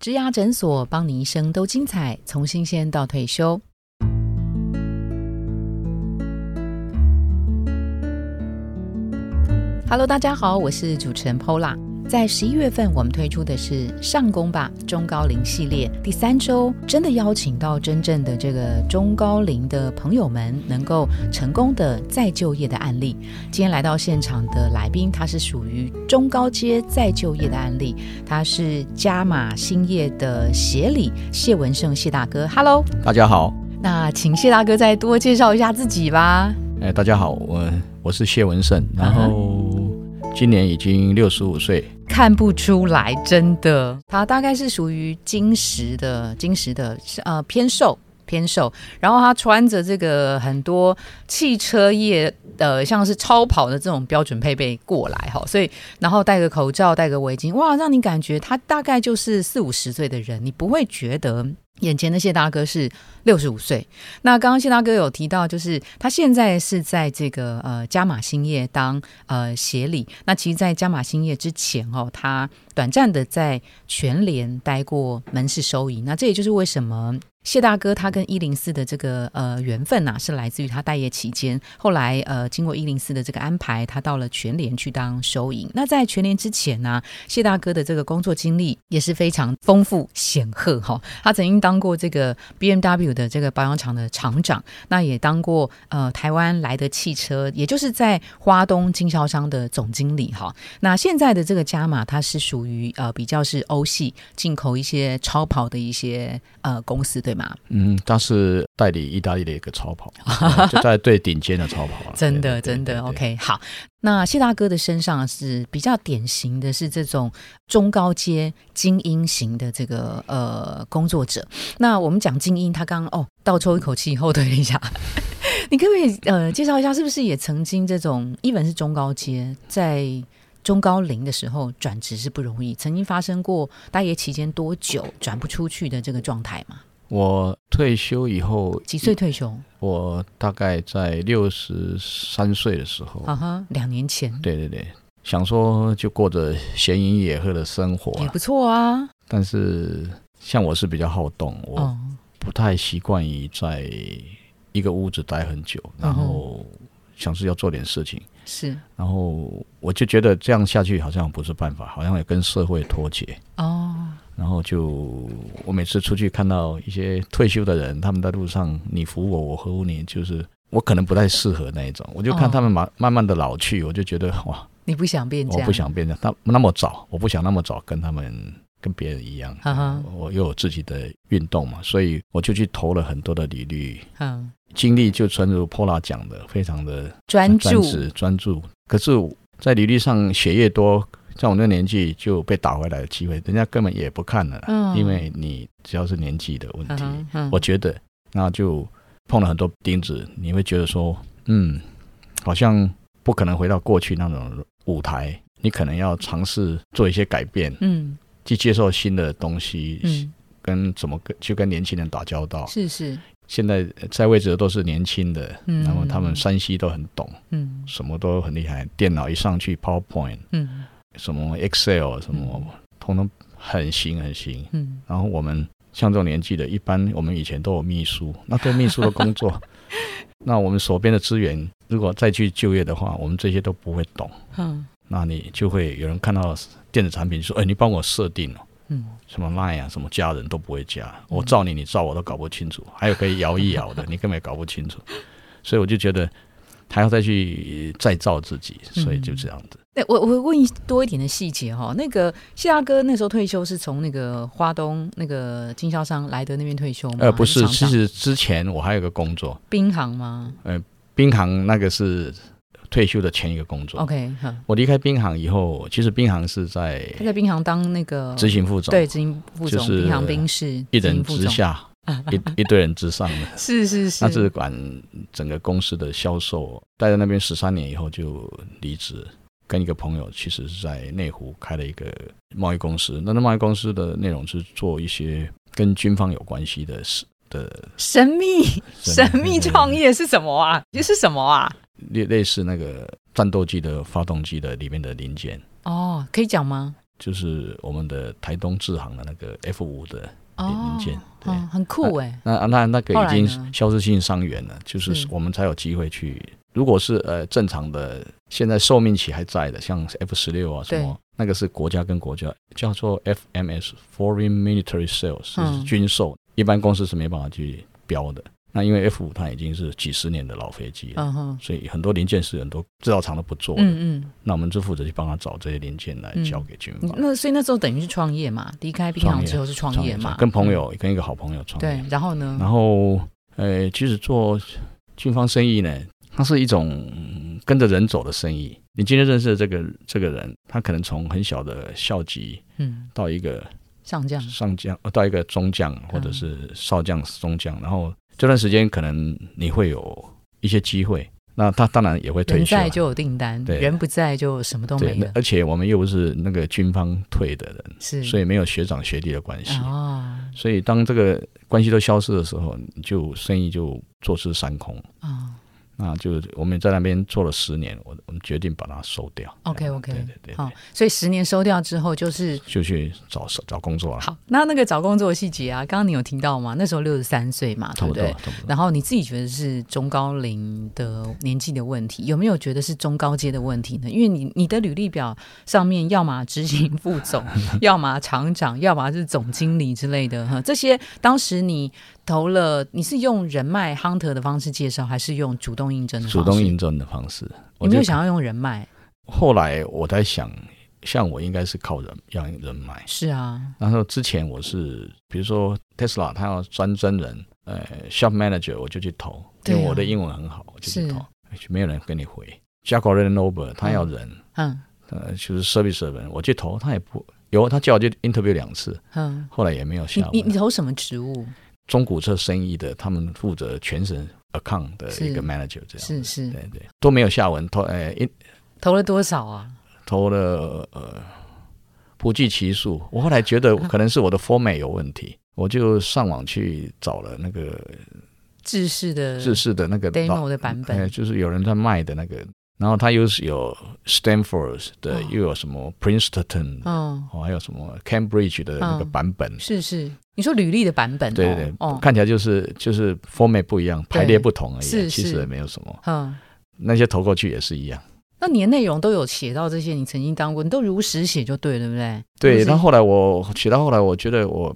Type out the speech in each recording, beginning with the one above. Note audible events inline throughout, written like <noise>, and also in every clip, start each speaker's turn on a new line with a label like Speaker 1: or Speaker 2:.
Speaker 1: 植牙诊所帮你一生都精彩，从新鲜到退休。Hello，大家好，我是主持人 Pola。在十一月份，我们推出的是“上工吧中高龄”系列第三周，真的邀请到真正的这个中高龄的朋友们，能够成功的再就业的案例。今天来到现场的来宾，他是属于中高阶再就业的案例，他是加码兴业的协理谢文胜谢大哥。Hello，
Speaker 2: 大家好，
Speaker 1: 那请谢大哥再多介绍一下自己吧。
Speaker 2: 哎，大家好，我我是谢文胜，
Speaker 1: 啊
Speaker 2: 然后今年已经六十五岁，
Speaker 1: 看不出来，真的，他大概是属于金石的，金石的，呃，偏瘦。偏瘦，然后他穿着这个很多汽车业呃，像是超跑的这种标准配备过来哈，所以然后戴个口罩，戴个围巾，哇，让你感觉他大概就是四五十岁的人，你不会觉得眼前的谢大哥是六十五岁。那刚刚谢大哥有提到，就是他现在是在这个呃加码兴业当呃协理，那其实，在加码兴业之前哦，他短暂的在全联待过门市收银，那这也就是为什么。谢大哥他跟一零四的这个呃缘分呐、是来自于他待业期间，后来呃经过一零四的这个安排，他到了全联去当收银。那在全联之前啊呢、谢大哥的这个工作经历也是非常丰富显赫哈、他曾经当过这个 B M W 的这个保养厂的厂长，那也当过呃台湾来的汽车，也就是在花东经销商的总经理哈、那现在的这个加码，它是属于呃比较是欧系进口一些超跑的一些呃公司对吗？
Speaker 2: 嗯，他是代理意大利的一个
Speaker 1: <laughs>
Speaker 2: 超跑，啊就在最顶尖的超跑了，
Speaker 1: 真
Speaker 2: 啊对
Speaker 1: 的，真的。
Speaker 2: 对对对
Speaker 1: OK，好。那谢大哥的身上是比较典型的是这种中高阶精英型的这个呃工作者。那我们讲精英，他刚刚哦倒抽一口气，后退了一下。 <laughs> 你可不可以呃介绍一下，是不是也曾经这种，一本是中高阶，在中高龄的时候转职是不容易，曾经发生过待业期间多久转不出去的这个状态嘛？
Speaker 2: 我退休以后，
Speaker 1: 几岁退休？
Speaker 2: 我大概在六十三岁的时候，
Speaker 1: 啊哈，两年前
Speaker 2: 对对对，想说就过着闲云野鹤的生活
Speaker 1: 也
Speaker 2: 啊，
Speaker 1: 不错啊。
Speaker 2: 但是像我是比较好动，我
Speaker 1: 哦，
Speaker 2: 不太习惯于在一个屋子待很久，然
Speaker 1: 嗯
Speaker 2: 后想是要做点事情，
Speaker 1: 是
Speaker 2: 然后我就觉得这样下去好像不是办法，好像也跟社会脱节。
Speaker 1: 哦。
Speaker 2: 然后就我每次出去看到一些退休的人，他们在路上你扶我，我扶你，就是我可能不太适合那一种。我就看
Speaker 1: 哦
Speaker 2: 他们慢慢慢的老去，我就觉得哇，
Speaker 1: 你不想变这
Speaker 2: 我
Speaker 1: 样，
Speaker 2: 不想变成他那么早，我不想那么早跟他们跟别人一样。
Speaker 1: 哈哈，
Speaker 2: 我又有自己的运动嘛，所以我就去投了很多的履历，
Speaker 1: 嗯，
Speaker 2: 精力就正如 Pola 讲的，非常的
Speaker 1: 专注，
Speaker 2: 职专注。可是，在履历上写越多，在我那年纪就被打回来的机会，人家根本也不看了啦，
Speaker 1: 嗯
Speaker 2: 因为你只要是年纪的问
Speaker 1: 嗯
Speaker 2: 题，
Speaker 1: 哼嗯
Speaker 2: 我觉得那就碰了很多钉子，你会觉得说，嗯，好像不可能回到过去那种舞台，你可能要尝试做一些改变，
Speaker 1: 嗯
Speaker 2: 去接受新的东西，
Speaker 1: 嗯，
Speaker 2: 跟怎么跟去跟年轻人打交道。
Speaker 1: 是是，
Speaker 2: 现在在位置的都是年轻的，
Speaker 1: 嗯
Speaker 2: 然后他们山西都很懂，
Speaker 1: 嗯
Speaker 2: 什么都很厉害，电脑一上去，PowerPoint
Speaker 1: 嗯
Speaker 2: 什么 Excel 什么，通通很行很行。
Speaker 1: 嗯，
Speaker 2: 然后我们像这种年纪的，一般我们以前都有秘书，那对秘书的工作，那我们手边的资源，如果再去就业的话，我们这些都不会懂。
Speaker 1: 嗯
Speaker 2: 那你就会有人看到电子产品说：“哎，你帮我设定哦，
Speaker 1: 嗯，
Speaker 2: 什么 Line 啊，什么家人都不会加，我照你，你照我都搞不清楚，还有可以摇一
Speaker 1: <laughs>
Speaker 2: 摇的，你根本也搞不清楚。”所以我就觉得还要再去再造自己，
Speaker 1: 嗯
Speaker 2: 所以就这样子。
Speaker 1: 那我我问一多一点的细节哈、那个谢大哥那时候退休是从那个花东那个经销商来的那边退休吗？
Speaker 2: 呃，不
Speaker 1: 还
Speaker 2: 是，其
Speaker 1: 厂长
Speaker 2: 实之前我还有一个工作，
Speaker 1: 冰行吗
Speaker 2: 冰行那个是退休的前一个工作。
Speaker 1: ？OK，哈，
Speaker 2: 我离开冰行以后，其实冰行是在
Speaker 1: 他在冰行当那个
Speaker 2: 执行副总，
Speaker 1: 对执行副
Speaker 2: 就
Speaker 1: 总，
Speaker 2: 是
Speaker 1: 冰行冰室
Speaker 2: 一
Speaker 1: 执
Speaker 2: 人
Speaker 1: 行副
Speaker 2: 之
Speaker 1: 总， <laughs>
Speaker 2: 下，一一堆人之上的。
Speaker 1: 是是是，
Speaker 2: 他是管整个公司的销售，待在那边十三年以后就离职，跟一个朋友其实是在内湖开了一个贸易公司。那那贸易公司的内容是做一些跟军方有关系的事的
Speaker 1: 神秘神秘创业是什么啊？这是什么啊？
Speaker 2: 类类似那个战斗机的发动机的里面的零件。
Speaker 1: 哦，可以讲吗？
Speaker 2: 就是我们的台东智航的那个 F 五的零
Speaker 1: 哦，
Speaker 2: 件，对。啊
Speaker 1: 嗯，很酷哎，
Speaker 2: 那那那个
Speaker 1: 后
Speaker 2: 已
Speaker 1: 来呢
Speaker 2: 经消失性伤员了，就是
Speaker 1: 是
Speaker 2: 我们才有机会去。如果是呃正常的，现在寿命期还在的，像 F 十六啊什
Speaker 1: 对
Speaker 2: 么，那个是国家跟国家叫做 FMS Foreign Military Sales，
Speaker 1: 嗯
Speaker 2: 是军售，一般公司是没办法去标的。那因为 F 五它已经是几十年的老飞机了，
Speaker 1: 嗯哼，
Speaker 2: 所以很多零件是很多制造厂都不做的。
Speaker 1: 嗯嗯，
Speaker 2: 那我们就负责去帮他找这些零件来
Speaker 1: 嗯
Speaker 2: 交给军
Speaker 1: 你
Speaker 2: 方。
Speaker 1: 那所以那时候等于是创业嘛，离开槟
Speaker 2: 创
Speaker 1: 榔
Speaker 2: 业
Speaker 1: 之后是创业嘛，嗯
Speaker 2: 跟朋友跟一个好朋友创业
Speaker 1: 对，，然后呢，
Speaker 2: 然后，呃，其实做军方生意呢，它是一种嗯跟着人走的生意。你今天认识的这个这个人，他可能从很小的校级
Speaker 1: 嗯，
Speaker 2: 到一个
Speaker 1: 像这样，
Speaker 2: 上将，呃到一个中将
Speaker 1: 嗯
Speaker 2: 或者是少将、中将，然后这段时间可能你会有一些机会，那他当然也会退
Speaker 1: 人
Speaker 2: 休啊。
Speaker 1: 在就有订单，
Speaker 2: 对
Speaker 1: 人不在就什么都
Speaker 2: 对
Speaker 1: 没，
Speaker 2: 那
Speaker 1: 了，
Speaker 2: 而且我们又不是那个军方退的人，
Speaker 1: 是，
Speaker 2: 所以没有学长学弟的关系。
Speaker 1: 啊
Speaker 2: 所以当这个关系都消失的时候，你就生意就坐吃山空。
Speaker 1: 啊
Speaker 2: 那就我们在那边做了十年，我我们决定把它收掉。
Speaker 1: ，OK，OK
Speaker 2: 对对对
Speaker 1: 好
Speaker 2: 对，，
Speaker 1: 所以十年收掉之后就是
Speaker 2: 就去找找工作啊了，
Speaker 1: 好，那那个找工作的细节啊，刚刚你有听到吗？那时候六十三岁嘛，对
Speaker 2: 差不
Speaker 1: 不
Speaker 2: 多
Speaker 1: 对？
Speaker 2: 差不多。
Speaker 1: 然后你自己觉得是中高龄的年纪的问题，有没有觉得是中高阶的问题呢？因为你你的履历表上面要么执行副
Speaker 2: <laughs>
Speaker 1: 总，要么厂长，要么是总经理之类的哈。这些当时你投了，你是用人脉 hunter 的方式介绍，还是用主动应征的方式？
Speaker 2: 主动，应征的方式，
Speaker 1: 你
Speaker 2: 我
Speaker 1: 没
Speaker 2: 就
Speaker 1: 有想要用人脉？
Speaker 2: 后来我在想，像我应该是靠人养人脉。
Speaker 1: 是啊，
Speaker 2: 然后之前我是，比如说 Tesla，他要专真人，呃，shop manager 我就去投，因
Speaker 1: 对
Speaker 2: 为
Speaker 1: 啊
Speaker 2: 我的英文很好，我就去
Speaker 1: 是
Speaker 2: 投，没有人跟你回。Jaguar Land Rover 他要人，
Speaker 1: 嗯
Speaker 2: 呃，就是 service 的人，我去投他也不有，他叫我去 interview 两次，
Speaker 1: 嗯，
Speaker 2: 后来也没有下
Speaker 1: 你
Speaker 2: 文。
Speaker 1: 你你投什么职务？
Speaker 2: 中古车生意的，他们负责全省 account 的一
Speaker 1: 是
Speaker 2: 个 manager 这样
Speaker 1: 是
Speaker 2: 子，
Speaker 1: 是
Speaker 2: 对对，都没有下文。投呃一
Speaker 1: 投了多少啊？
Speaker 2: 投了呃不计其数。我后来
Speaker 1: <laughs>
Speaker 2: 觉得可能是我的 format 有问题，我就上网去找了那个
Speaker 1: 制式的
Speaker 2: 日式的那个
Speaker 1: 呃
Speaker 2: 老
Speaker 1: demo 的版本
Speaker 2: 呃，就是有人在卖的那个，然后他又是有 Stanford 的，
Speaker 1: 哦
Speaker 2: 又有什么 Princeton 的。
Speaker 1: 嗯，
Speaker 2: 哦，还有什么 Cambridge 的那个
Speaker 1: 嗯
Speaker 2: 版本，
Speaker 1: 是是，你说履历的版本、哦，
Speaker 2: 对对对，
Speaker 1: 哦，
Speaker 2: 看起来就是就是 format 不一样，排列不同而
Speaker 1: 是
Speaker 2: 已，啊其
Speaker 1: 是
Speaker 2: 实也没有什么。
Speaker 1: 嗯，
Speaker 2: 那些投过去也是一样。
Speaker 1: 那你的内容都有写到这些，你曾经当过，你都如实写就对，对不对？
Speaker 2: 对，
Speaker 1: 然
Speaker 2: 但
Speaker 1: 后
Speaker 2: 后来我写到后来，我觉得我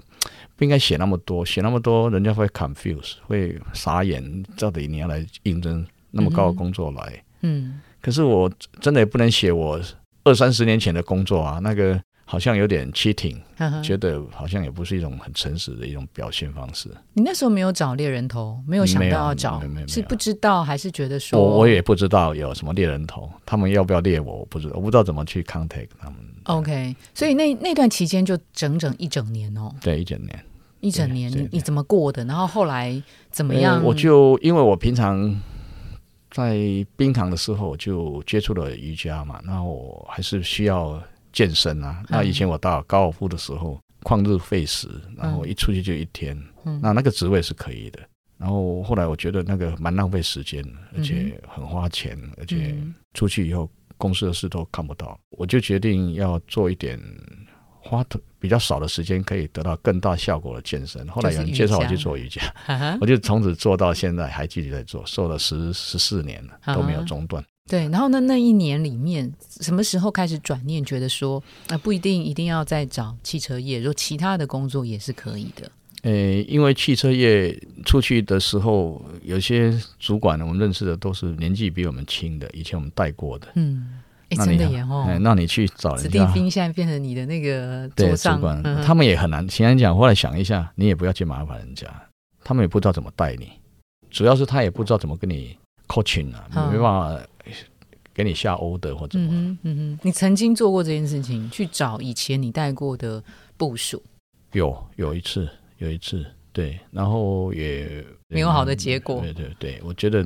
Speaker 2: 不应该写那么多，写那么多人家会 confuse，会傻眼，到底你要来应征那么高的
Speaker 1: 嗯哼
Speaker 2: 工作来？
Speaker 1: 嗯，
Speaker 2: 可是我真的也不能写我二三十年前的工作啊，那个好像有点 cheating，、
Speaker 1: 呵呵
Speaker 2: 觉得好像也不是一种很诚实的一种表现方式。
Speaker 1: 你那时候没有找猎人头，没有想到
Speaker 2: 没有
Speaker 1: 要找
Speaker 2: 没有没有没，有
Speaker 1: 是不知道还是觉得说，
Speaker 2: 我我也不知道有什么猎人头，他们要不要猎我，我不知道，我不知道怎么去 contact 他们。
Speaker 1: OK，所以那那段期间就整整一整年哦，
Speaker 2: 对，一整年。
Speaker 1: 一整年
Speaker 2: 对
Speaker 1: 你
Speaker 2: 对
Speaker 1: 你怎么过的？然后后来怎么
Speaker 2: 呃
Speaker 1: 样？嗯
Speaker 2: 我就因为我平常在冰糖的时候，我就接触了瑜伽嘛，那我还是需要健身啊。
Speaker 1: 嗯
Speaker 2: 那以前我打高尔夫的时候，旷日费时，然后一出去就一天，
Speaker 1: 嗯
Speaker 2: 那那个职位是可以的。然后后来我觉得那个蛮浪费时间的，而且很花钱，而且
Speaker 1: 嗯
Speaker 2: 出去以后公司的事都看不到，我就决定要做一点花比较少的时间可以得到更大效果的健身。后来有人介绍我去做瑜伽，
Speaker 1: 哈哈
Speaker 2: 我就从此做到现在，还继续在做，做了十十四年了，
Speaker 1: 啊
Speaker 2: 都没有中断。
Speaker 1: 对，然后呢？那一年里面，什么时候开始转念，觉得说，啊、不一定一定要再找汽车业，说其他的工作也是可以的。
Speaker 2: 呃，因为汽车业出去的时候，有些主管我们认识的都是年纪比我们轻的，以前我们带过的。
Speaker 1: 嗯，哎，
Speaker 2: 那
Speaker 1: 真
Speaker 2: 你
Speaker 1: 的耶哦，
Speaker 2: 哎，那你去找
Speaker 1: 子
Speaker 2: 人
Speaker 1: 弟
Speaker 2: 家。
Speaker 1: 兵现在变成你的那个
Speaker 2: 对
Speaker 1: 桌
Speaker 2: 主
Speaker 1: 上，
Speaker 2: 管，
Speaker 1: 嗯
Speaker 2: 他们也很难。简单讲，后来想一下，你也不要去麻烦人家，他们也不知道怎么带你，主要是他也不知道怎么跟你 coaching 啊，
Speaker 1: 嗯
Speaker 2: 没办法给你下 order 或怎么。
Speaker 1: 嗯哼嗯哼，你曾经做过这件事情，去找以前你带过的部署，
Speaker 2: 有有一次，有一次，对，然后也嗯
Speaker 1: 没有好的结果
Speaker 2: 对对对，我觉得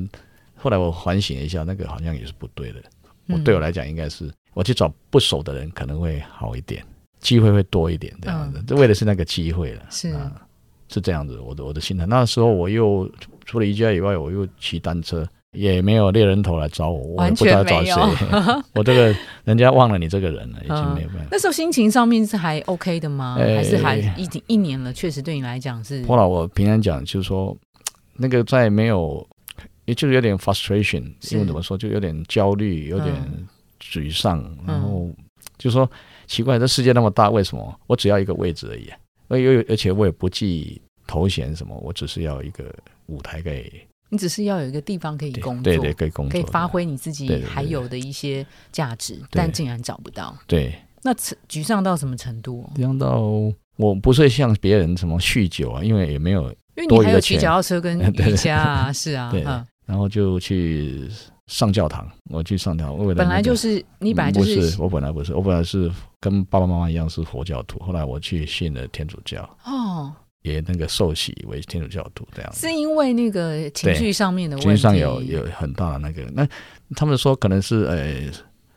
Speaker 2: 后来我反省了一下，那个好像也是不对的。
Speaker 1: 嗯
Speaker 2: 我哦对我来讲，应该是我去找不熟的人可能会好一点，机会会多一点这样
Speaker 1: 嗯
Speaker 2: 子，为的是那个机会了。
Speaker 1: 是
Speaker 2: 啊，是这样子，我的我的心态。那时候我又除除了瑜伽以外，我又骑单车，也没有猎人头来找我，我也
Speaker 1: 完
Speaker 2: 不知道
Speaker 1: 全
Speaker 2: 找
Speaker 1: 没
Speaker 2: 谁 <laughs>
Speaker 1: 有。。
Speaker 2: 我这个人家忘了你这个人了，已经
Speaker 1: 嗯
Speaker 2: 没有办法。
Speaker 1: 那时候心情上面是还 OK 的吗？
Speaker 2: 哎
Speaker 1: 还是还已经一年了，确实对你来讲是
Speaker 2: 后来我平安讲，就是说那个在没有，也就是有点 frustration，
Speaker 1: 是嗯
Speaker 2: 英文怎么说，就有点焦虑，有点沮丧，然后就说奇怪，这世界那么大，为什么我只要一个位置而已、啊？而又而且我也不记头衔什么，我只是要一个舞台给
Speaker 1: 你只是要有一个地方可以
Speaker 2: 对
Speaker 1: 工作，
Speaker 2: 对对，可以工
Speaker 1: 可
Speaker 2: 作
Speaker 1: 以
Speaker 2: 的
Speaker 1: 发，挥你自
Speaker 2: 对
Speaker 1: 己
Speaker 2: 对对
Speaker 1: 还有的一些价值，但竟然找不到，
Speaker 2: 对，
Speaker 1: 那此沮丧到什么程度哦？
Speaker 2: 这样到我不是像别人什么酗酒啊，因为也没有
Speaker 1: 因为
Speaker 2: 多
Speaker 1: 你
Speaker 2: 余
Speaker 1: 还
Speaker 2: 的
Speaker 1: 有骑
Speaker 2: 钱
Speaker 1: 脚踏车跟
Speaker 2: <laughs> 对对
Speaker 1: 瑜伽啊，是啊，
Speaker 2: 对
Speaker 1: 嗯，
Speaker 2: 然后就去上教堂，我去上教堂，为了
Speaker 1: 本
Speaker 2: 那
Speaker 1: 来
Speaker 2: 个
Speaker 1: 就是你本来就
Speaker 2: 嗯不是，我本来不是，我本来是跟爸爸妈妈一样是佛教徒，后来我去信了天主教，
Speaker 1: 哦，
Speaker 2: 也那个受洗为天主教徒这样子。
Speaker 1: 是因为那个情绪上面的问
Speaker 2: 经
Speaker 1: 题，
Speaker 2: 济上有有很大的那个，那他们说可能是呃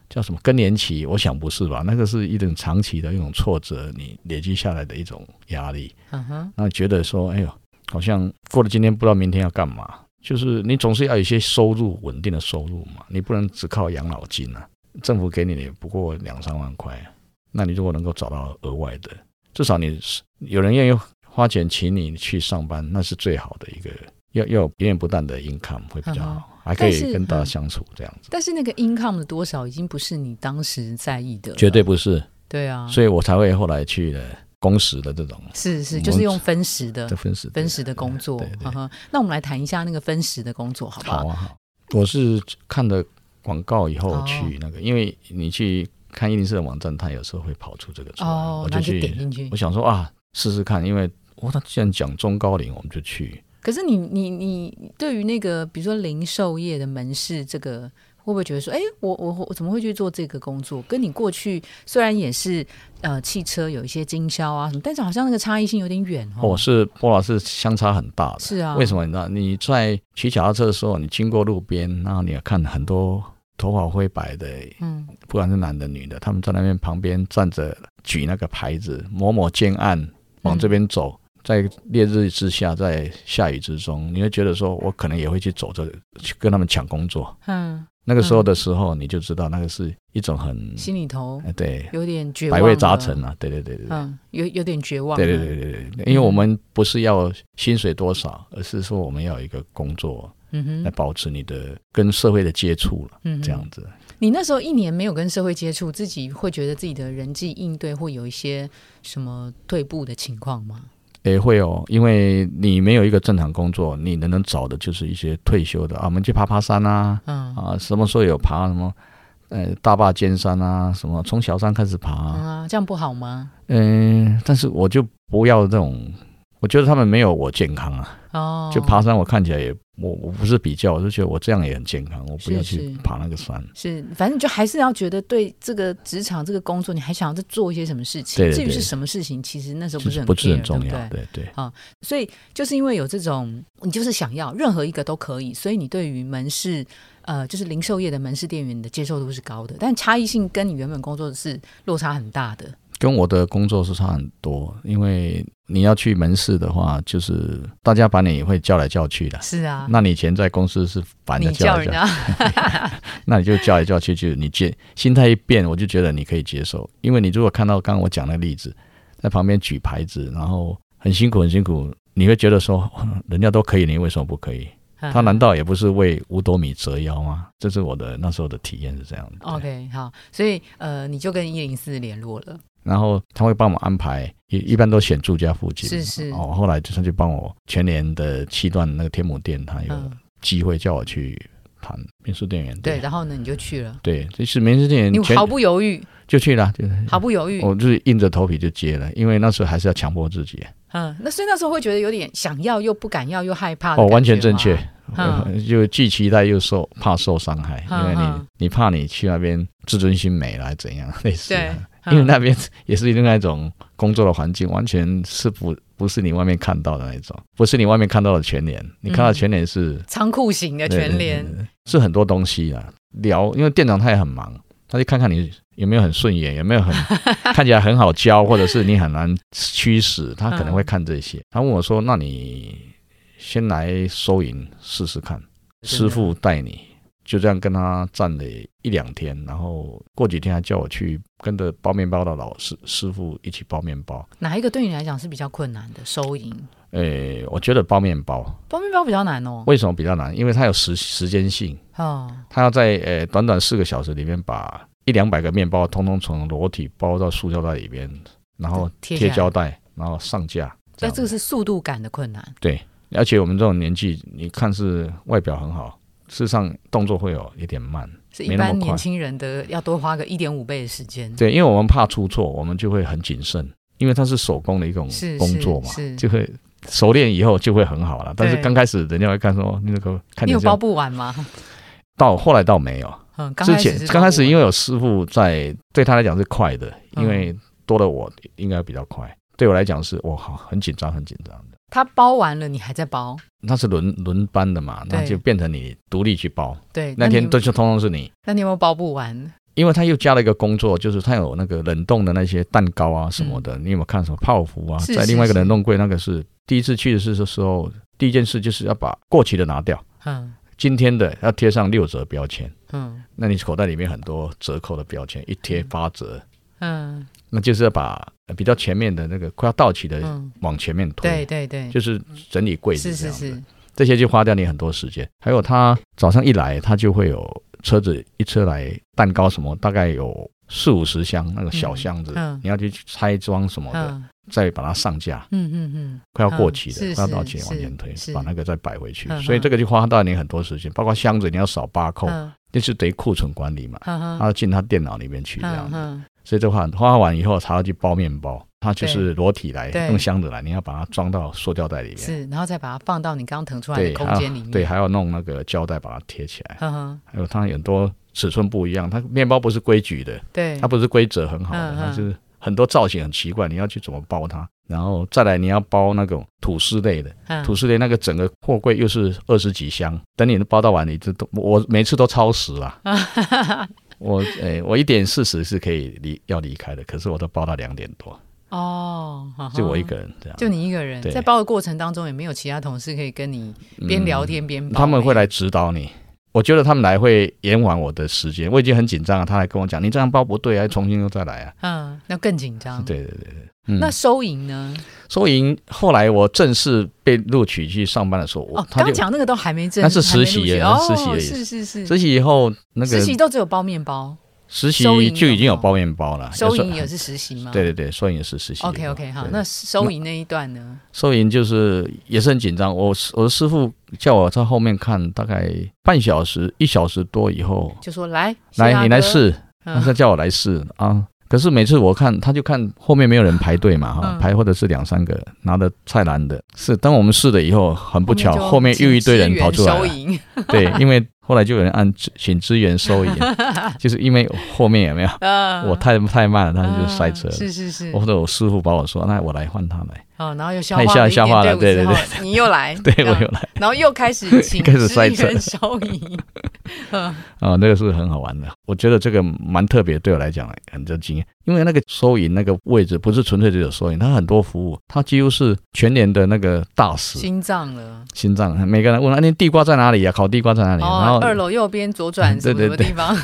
Speaker 2: 叫什么更年期，我想不是吧？那个是一种长期的一种挫折，你累积下来的一种压力，
Speaker 1: 嗯哼，
Speaker 2: 那觉得说哎呦，好像过了今天不知道明天要干嘛，就是你总是要有一些收入稳定的收入嘛，你不能只靠养老金啊，政府给你的也不过两三万块啊、那你如果能够找到额外的，至少你是有人愿意花钱请你去上班，那是最好的一个，要要有源源不断的 income 会比较
Speaker 1: 嗯哼
Speaker 2: 好，还可
Speaker 1: 但是
Speaker 2: 以跟大家
Speaker 1: 嗯
Speaker 2: 相处这样子，
Speaker 1: 但是那个 income 的多少已经不是你当时在意的了，
Speaker 2: 绝对不是，
Speaker 1: 对啊，
Speaker 2: 啊所以我才会后来去了工时的这种
Speaker 1: 是是
Speaker 2: 我
Speaker 1: 就是
Speaker 2: 们
Speaker 1: 用分时的
Speaker 2: 这分时
Speaker 1: 呃分时的工作
Speaker 2: 对对，对
Speaker 1: 嗯哼，那我们来谈一下那个分时的工作，好不好？
Speaker 2: 好啊，好。我是看了广告以后
Speaker 1: 哦
Speaker 2: 去那个，因为你去看一零四的网站，它有时候会跑出这个出来，
Speaker 1: 哦
Speaker 2: 啊我，
Speaker 1: 那
Speaker 2: 就
Speaker 1: 就
Speaker 2: 去。
Speaker 1: 点进去
Speaker 2: 我。想说啊，试试看，因为哇，他既然讲中高龄，我们就去。
Speaker 1: 可是你你你对于那个比如说零售业的门市这个，会不会觉得说，哎，我我我怎么会去做这个工作？跟你过去虽然也是呃汽车有一些经销啊什么，但是好像那个差异性有点远哦。
Speaker 2: 我、是波老是相差很大的。
Speaker 1: 是啊，
Speaker 2: 为什么？你知道，你在骑脚踏车的时候，你经过路边，然后你看很多头发灰白的，
Speaker 1: 嗯，
Speaker 2: 不管是男的女的，他们在那边旁边站着举那个牌子，某某建案往这边走，在烈日之下，在下雨之中，你会觉得说，我可能也会去走这，去跟他们抢工作。
Speaker 1: 嗯，
Speaker 2: 那个时候的时候，你就知道那个是一种很
Speaker 1: 嗯，心里头
Speaker 2: 呃对
Speaker 1: 有点绝望，
Speaker 2: 百味杂陈，啊，对对对对对。
Speaker 1: 嗯，有有点绝望，啊
Speaker 2: 对对对，对对，因为我们不是要薪水多少，而是说我们要有一个工作
Speaker 1: 嗯
Speaker 2: 来
Speaker 1: 哼，
Speaker 2: 保持你的跟社会的接触了，
Speaker 1: 嗯哼，
Speaker 2: 这样子。
Speaker 1: 你那时候一年没有跟社会接触，自己会觉得自己的人际应对会有一些什么退步的情况吗？
Speaker 2: 也会哦，因为你没有一个正常工作，你能能找的就是一些退休的啊，我们去爬爬山啊，
Speaker 1: 嗯
Speaker 2: 啊，什么时候有爬什么，呃，大坝尖山啊，什么从小山开始爬
Speaker 1: 嗯
Speaker 2: 啊，
Speaker 1: 啊，这样不好吗？
Speaker 2: 嗯、但是我就不要这种，我觉得他们没有我健康啊，
Speaker 1: 哦，
Speaker 2: 就爬山我看起来也，我我不是比较，我就觉得我这样也很健康，我不要
Speaker 1: 是是
Speaker 2: 去爬那个山。
Speaker 1: 是，反正你就还是要觉得对这个职场这个工作，你还想要再做一些什么事情。
Speaker 2: 对对
Speaker 1: 至于
Speaker 2: 对
Speaker 1: 是什么事情，其实那时候
Speaker 2: 其
Speaker 1: 不是
Speaker 2: 实
Speaker 1: 很
Speaker 2: 不是
Speaker 1: care，
Speaker 2: 很重要，
Speaker 1: 对不对？
Speaker 2: 对对
Speaker 1: 所以就是因为有这种，你就是想要任何一个都可以，所以你对于门市，呃，就是零售业的门市店员你的接受度是高的，但差异性跟你原本工作是落差很大的。
Speaker 2: 跟我的工作是差很多，因为你要去门市的话，就是大家把你也会叫来叫去的，
Speaker 1: 是啊，
Speaker 2: 那你以前在公司是反
Speaker 1: 你
Speaker 2: 着叫一
Speaker 1: 人
Speaker 2: 叫，
Speaker 1: 家
Speaker 2: 那你就叫来叫去，就你接心态一变，我就觉得你可以接受。因为你如果看到刚刚我讲的例子，在旁边举牌子，然后很辛苦很辛苦，你会觉得说哦人家都可以，你为什么不可以？
Speaker 1: <laughs> 嗯
Speaker 2: 他难道也不是为五斗米折腰吗？这是我的那时候的体验是这样的。对
Speaker 1: OK，好，所以呃，你就跟一零四联络了，
Speaker 2: 然后他会帮我安排，一一般都选住家附近。
Speaker 1: 是是
Speaker 2: 哦，后来就他就帮我全年的七段那个天母店，他有
Speaker 1: 嗯，
Speaker 2: 机会叫我去谈民宿店员。
Speaker 1: 对，然后呢，你就去了，
Speaker 2: 对，就是民事店
Speaker 1: 你
Speaker 2: 员全
Speaker 1: 毫不嗯犹豫，
Speaker 2: 就去了，就是
Speaker 1: 毫不犹豫，
Speaker 2: 我就是硬着头皮就接了，因为那时候还是要强迫自己。
Speaker 1: 嗯，那所以那时候会觉得有点想要又不敢要又害怕的感
Speaker 2: 哦，
Speaker 1: 觉吗，
Speaker 2: 完全正确，
Speaker 1: 嗯
Speaker 2: <laughs> 我就既期待又受怕受伤害，
Speaker 1: 嗯
Speaker 2: 因为你
Speaker 1: 嗯
Speaker 2: 你怕你去那边自尊心没了还怎样 <laughs> 类似
Speaker 1: 对
Speaker 2: 的，，
Speaker 1: 嗯
Speaker 2: 啊因为那边也是另外一种工作的环境，完全是不不是你外面看到的那种，不是你外面看到的全脸，你看
Speaker 1: 嗯
Speaker 2: 到全脸是、
Speaker 1: 仓库型的
Speaker 2: 对
Speaker 1: 全
Speaker 2: 对
Speaker 1: 联
Speaker 2: 对，对是很多东西啊。聊，因为店长他也很忙，他就看看你有没有很顺眼，有没有
Speaker 1: <laughs>
Speaker 2: 很看起来很好教，或者是你很难驱使，他
Speaker 1: 嗯
Speaker 2: 可能会看这些。他问我说：“那你先来收银试试看。”师傅带你，就这样跟他站了一两天，然后过几天还叫我去跟着包面包的老师师傅一起包面包。
Speaker 1: 哪一个对你来讲是比较困难的？收银
Speaker 2: 诶，我觉得包面包
Speaker 1: 包面包比较难哦。
Speaker 2: 为什么比较难？因为它有时时间性，
Speaker 1: 哦，
Speaker 2: 它要在呃短短四个小时里面把一两百个面包通通从裸体包到塑胶袋里边，然后
Speaker 1: 贴
Speaker 2: 哦贴
Speaker 1: 下来
Speaker 2: 胶带，然后上架。
Speaker 1: 所以
Speaker 2: 样
Speaker 1: 这个是速度感的困难。
Speaker 2: 而且我们这种年纪，你看似外表很好，事实上动作会有一点慢。
Speaker 1: 是
Speaker 2: 没
Speaker 1: 一
Speaker 2: 那么
Speaker 1: 般
Speaker 2: 快
Speaker 1: 年轻人的要多花个一点五倍的时间。
Speaker 2: 对，因为我们怕出错，我们就会很谨慎，因为它是手工的一种
Speaker 1: 是
Speaker 2: 工作嘛，
Speaker 1: 是是
Speaker 2: 就会熟练以后就会很好了。但是
Speaker 1: 对
Speaker 2: 刚开始人家会看说哦你那个看
Speaker 1: 你
Speaker 2: 你
Speaker 1: 有
Speaker 2: 这
Speaker 1: 包
Speaker 2: 样，
Speaker 1: 不完吗？
Speaker 2: 到后来倒没有，
Speaker 1: 嗯，刚
Speaker 2: 之
Speaker 1: 开始
Speaker 2: 前
Speaker 1: 是
Speaker 2: 刚开始因
Speaker 1: 为
Speaker 2: 为有师傅在，对他来讲是快的，
Speaker 1: 嗯
Speaker 2: 因为多了我应该比较快，对我来讲是我好很紧张很紧张的。
Speaker 1: 他包完了，你还在包。
Speaker 2: 那是轮轮班的嘛，那
Speaker 1: 对
Speaker 2: 就变成你独立去包，
Speaker 1: 对，
Speaker 2: 那
Speaker 1: 你
Speaker 2: 天都就通通是你。
Speaker 1: 那你有没有包不完？
Speaker 2: 因为他又加了一个工作，就是他有那个冷冻的那些蛋糕啊什么的，你有没有看什么泡芙啊？
Speaker 1: 嗯是
Speaker 2: 在
Speaker 1: 是
Speaker 2: 另外一个
Speaker 1: 是
Speaker 2: 冷冻柜，那个是第一次去的是的时候，第一件事就是要把过期的拿掉，
Speaker 1: 嗯
Speaker 2: 今天的要贴上六折标签。
Speaker 1: 嗯
Speaker 2: 那你口袋里面很多折扣的标签，一贴八折，
Speaker 1: 嗯
Speaker 2: 那就是要把呃比较前面的那个快要到期的
Speaker 1: 嗯，
Speaker 2: 往前面推，
Speaker 1: 对对对，
Speaker 2: 就是整理柜
Speaker 1: 是
Speaker 2: 子这
Speaker 1: 是
Speaker 2: 样子。
Speaker 1: 是，
Speaker 2: 这些就花掉你很多时间。还有他早上一来，他就会有车子一车来蛋糕什么，大概有四五十箱那个小箱子，
Speaker 1: 嗯嗯
Speaker 2: 你要去拆装什么的，
Speaker 1: 嗯
Speaker 2: 再把它上架。
Speaker 1: 嗯嗯嗯，
Speaker 2: 快要过期
Speaker 1: 嗯
Speaker 2: 的，
Speaker 1: 是
Speaker 2: 快要到期
Speaker 1: 是
Speaker 2: 往前推
Speaker 1: 是，
Speaker 2: 把那个再摆回去
Speaker 1: 嗯，嗯
Speaker 2: 所以这个就花到你很多时间，包括箱子你要扫八扣，
Speaker 1: 嗯
Speaker 2: 就是等于库存管理嘛，
Speaker 1: 嗯
Speaker 2: 他要进他电脑里面去这样
Speaker 1: 嗯
Speaker 2: 子，
Speaker 1: 嗯，
Speaker 2: 所以这花花完以后，他要去包面包，他就
Speaker 1: 对
Speaker 2: 是裸体来
Speaker 1: 对
Speaker 2: 用箱子来，你要把它装到塑胶袋里面，
Speaker 1: 是，然后再把它放到你刚腾出来的
Speaker 2: 对，啊
Speaker 1: 空
Speaker 2: 还要
Speaker 1: 间里面。
Speaker 2: 对，还要弄那个胶带把它贴起来。
Speaker 1: 嗯哼，
Speaker 2: 还有它很多尺寸不一样，它面包不是规矩的，
Speaker 1: 对
Speaker 2: 它，不是规则很好
Speaker 1: 嗯
Speaker 2: 的，
Speaker 1: 嗯
Speaker 2: 它就是很多造型很奇怪，你要去怎么包它？然后再来你要包那种吐司类的，
Speaker 1: 嗯
Speaker 2: 吐司类那个整个货柜又是二十几箱，等你包到完，你这都我每次都超时了。我诶、我一点四十是可以离要离开的，可是我都包到两点多，
Speaker 1: <laughs> 哦，嗯
Speaker 2: 就我一
Speaker 1: 哼
Speaker 2: 个人这样。
Speaker 1: 就你一个人
Speaker 2: 对嗯
Speaker 1: 在包的过程当中，也没有其他同事可以跟你边聊天边包、
Speaker 2: 他们会来指导你。我觉得他们来会延缓我的时间，我已经很紧张了。他来跟我讲，你这样包不对啊，重新又再来啊。
Speaker 1: 嗯，那更紧张。
Speaker 2: 对对嗯对对，嗯
Speaker 1: 那收银呢？
Speaker 2: 收银后来我正式被录取去上班的时候，我
Speaker 1: 哦，
Speaker 2: 他
Speaker 1: 刚
Speaker 2: 就
Speaker 1: 讲那个都还没正，
Speaker 2: 那是
Speaker 1: 还没
Speaker 2: 实习
Speaker 1: 录取
Speaker 2: 耶
Speaker 1: 哦，
Speaker 2: 那是实习而已
Speaker 1: 是是是，
Speaker 2: 实习以后，那个
Speaker 1: 实习都只有包面包，
Speaker 2: 实习
Speaker 1: 收银
Speaker 2: 就已经有
Speaker 1: 有吗
Speaker 2: 包面包了，
Speaker 1: 收
Speaker 2: 啊有
Speaker 1: 银
Speaker 2: 时
Speaker 1: 也是实习吗？
Speaker 2: 候对对对，收银也是实习以后。
Speaker 1: ，OK OK，好，
Speaker 2: 对
Speaker 1: 那收银那一段呢？
Speaker 2: 收银就是也是很紧张，我我的师傅叫我在后面看，大概半小时一小时多以后，
Speaker 1: 就说来，谢大
Speaker 2: 来你来
Speaker 1: 哥，
Speaker 2: 试，
Speaker 1: 嗯
Speaker 2: 他叫我来试啊。可是每次我看，他就看后面没有人排队嘛，哈、
Speaker 1: 嗯
Speaker 2: 排或者是两三个拿着菜篮的。是，当我们试了以后，很不巧，
Speaker 1: 就
Speaker 2: 后面又一堆人
Speaker 1: 请支援
Speaker 2: 跑出来
Speaker 1: 收
Speaker 2: 了。
Speaker 1: 银，
Speaker 2: 对，因为后来就有人按支请支援收
Speaker 1: <laughs>
Speaker 2: 银，就是因为后面有没有
Speaker 1: 呃
Speaker 2: 我太太慢了，他就塞
Speaker 1: 嗯
Speaker 2: 车了。
Speaker 1: 是是是，
Speaker 2: 或者我师傅把我说，那我来换他来，
Speaker 1: 哦，然后又消
Speaker 2: 太
Speaker 1: 化
Speaker 2: 吓
Speaker 1: 了一
Speaker 2: 消
Speaker 1: 点
Speaker 2: 化
Speaker 1: 队
Speaker 2: 了
Speaker 1: 伍
Speaker 2: 对
Speaker 1: 之
Speaker 2: 对
Speaker 1: 后，哦你又来，
Speaker 2: <laughs> 对
Speaker 1: 这
Speaker 2: 我
Speaker 1: 样
Speaker 2: 有来
Speaker 1: 然后又开始请
Speaker 2: 开始
Speaker 1: 支
Speaker 2: 塞车
Speaker 1: 援收银，嗯，
Speaker 2: 啊、那个是很好玩的。我觉得这个蛮特别，对我来讲很多经验，因为那个收银那个位置不是纯粹只有收银，它很多服务，它几乎是全年的那个大
Speaker 1: <laughs>
Speaker 2: 使
Speaker 1: 心脏了。
Speaker 2: 心脏，每个人问，哎，那地瓜在哪里哎呀、烤地瓜在哪里？然
Speaker 1: 哦，二
Speaker 2: 后
Speaker 1: 楼右边左转什么什
Speaker 2: 对
Speaker 1: 么
Speaker 2: 对对
Speaker 1: 地方？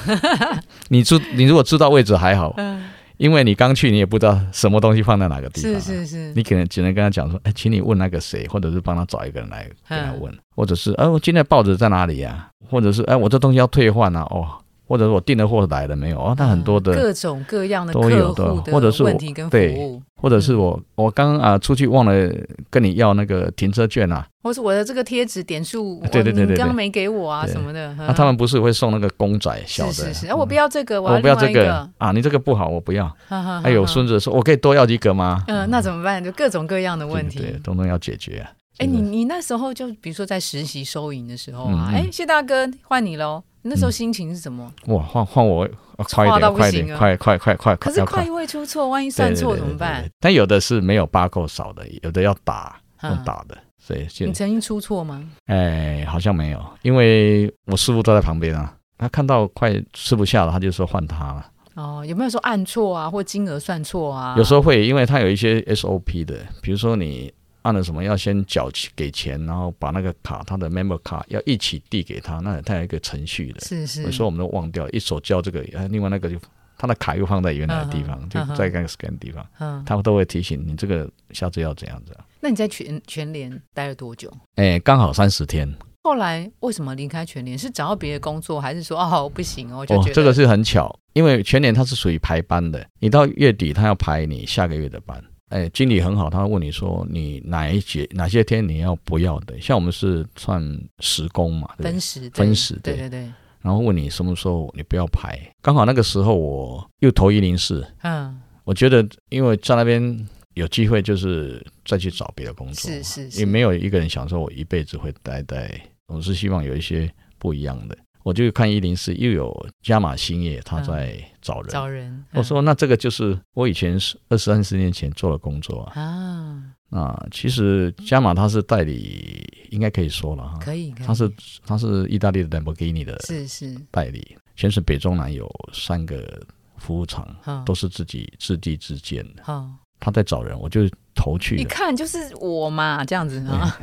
Speaker 2: 你知你如果知道位置还好，
Speaker 1: 嗯，
Speaker 2: 因为你刚去你也不知道什么东西放在哪个地方、啊
Speaker 1: 是是是，
Speaker 2: 你可能只能跟他讲说，哎，请你问那个谁，或者是帮他找一个人来跟他
Speaker 1: 嗯
Speaker 2: 问，或者是，哎，我今天的报纸在哪里呀、或者是，哎，我这东西要退换啊，哦，或者我订的货来了没有？哦，那很多的，
Speaker 1: 各种各样的
Speaker 2: 都有
Speaker 1: 客
Speaker 2: 的
Speaker 1: 户
Speaker 2: 或者是我
Speaker 1: 问题跟服
Speaker 2: 对
Speaker 1: 务，
Speaker 2: 或者是
Speaker 1: 嗯
Speaker 2: 我我刚啊、出去忘了跟你要那个停车券啊，
Speaker 1: 或是我的这个贴纸点数，我
Speaker 2: 对对对
Speaker 1: 你
Speaker 2: 对
Speaker 1: 刚
Speaker 2: 对
Speaker 1: 没给我啊
Speaker 2: 对
Speaker 1: 什么的。
Speaker 2: 那、
Speaker 1: 嗯
Speaker 2: 他们不是会送那个公仔小的？嗯
Speaker 1: 是是是，哎，我不要这个，
Speaker 2: 我
Speaker 1: 要
Speaker 2: 不要
Speaker 1: 另外
Speaker 2: 这
Speaker 1: 一
Speaker 2: 个。啊！你这个不好，我不要。还
Speaker 1: 还
Speaker 2: 有孙子说，我可以多要几个吗？
Speaker 1: 嗯，那怎么办？就各种各样的问
Speaker 2: 对对
Speaker 1: 题
Speaker 2: 对，。东东要解决啊。
Speaker 1: 哎，
Speaker 2: 就是
Speaker 1: 你你那时候就比如说在实习收银的时候啊，
Speaker 2: 嗯嗯嗯
Speaker 1: 哎，谢大哥换你喽。那时候心情是什么？
Speaker 2: 哇，换换我，啊快一
Speaker 1: 画到
Speaker 2: 点，
Speaker 1: 不
Speaker 2: 快一
Speaker 1: 行
Speaker 2: 点，
Speaker 1: 啊
Speaker 2: 快快快快，
Speaker 1: 可是
Speaker 2: 要
Speaker 1: 快一会出错，万一
Speaker 2: 对
Speaker 1: 算
Speaker 2: 对
Speaker 1: 错
Speaker 2: 对
Speaker 1: 怎
Speaker 2: 对
Speaker 1: 么
Speaker 2: 对对
Speaker 1: 办？
Speaker 2: 但有的是没有八够少的，有的要打，
Speaker 1: 嗯
Speaker 2: 用打的，所以现
Speaker 1: 你曾经出错吗？
Speaker 2: 哎好像没有，因为我师傅都在旁边啊，他看到快吃不下了，他就说换他了。
Speaker 1: 哦，有没有说按错啊，或金额算错啊？
Speaker 2: 有时候会，因为他有一些 SOP 的，比如说你。按了什么要先缴给钱，然后把那个卡他的 member 卡要一起递给他，那他有一个程序的。
Speaker 1: 是是，
Speaker 2: 有时候我们都忘掉，一手交这个，呃另外那个就他的卡又放在原来的地方，
Speaker 1: 嗯哼
Speaker 2: 就
Speaker 1: 嗯哼
Speaker 2: 在那个 scan 地方，
Speaker 1: 嗯，
Speaker 2: 他们都会提醒你这个下次要怎样子、啊。
Speaker 1: 那你在全全联待了多久？
Speaker 2: 哎，刚好三十天
Speaker 1: 后来为什么离开全联？是找到别的工作，还是说哦不行哦，就
Speaker 2: 哦
Speaker 1: 觉得、，
Speaker 2: 这个是很巧，因为全年它是属于排班的，你到月底他要排你下个月的班。哎，经理很好，他会问你说你哪一节哪些天你要不要的？像我们是算时工嘛，对不对
Speaker 1: 分时
Speaker 2: 分时
Speaker 1: 对
Speaker 2: 对
Speaker 1: 对对，
Speaker 2: 然后问你什么时候你不要排。刚好那个时候我又投一零四，
Speaker 1: 嗯，
Speaker 2: 我觉得因为在那边有机会，就是再去找别的工作嘛，
Speaker 1: 是是是，
Speaker 2: 也没有一个人想说我一辈子会待在，我是希望有一些不一样的。我就看一零四又有加码兴业，他在找人。
Speaker 1: 嗯找人。嗯
Speaker 2: 我说，那这个就是我以前是二十三十年前做的工作啊。
Speaker 1: 嗯啊，
Speaker 2: 那其实加码他是代理，应该可以说了哈。
Speaker 1: 可以，可以
Speaker 2: 他是他是意大利的兰博基尼的
Speaker 1: 是是，
Speaker 2: 代理，全省北中南有三个服务厂，
Speaker 1: 好
Speaker 2: 都是自己自地自建的。
Speaker 1: 好，
Speaker 2: 他在找人，我就投去
Speaker 1: 一嗯
Speaker 2: 了。
Speaker 1: 看就是我嘛，这样子啊，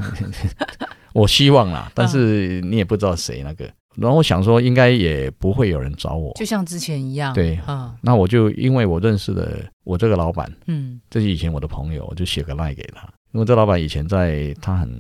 Speaker 2: <laughs> 我希望啦，但是你也不知道谁那个。然后我想说，应该也不会有人找我。
Speaker 1: 就像之前一样。
Speaker 2: 对
Speaker 1: 啊，
Speaker 2: 那我就因为我认识的我这个老板，
Speaker 1: 嗯
Speaker 2: 这是以前我的朋友，我就写个赖给他。因为这老板以前在他很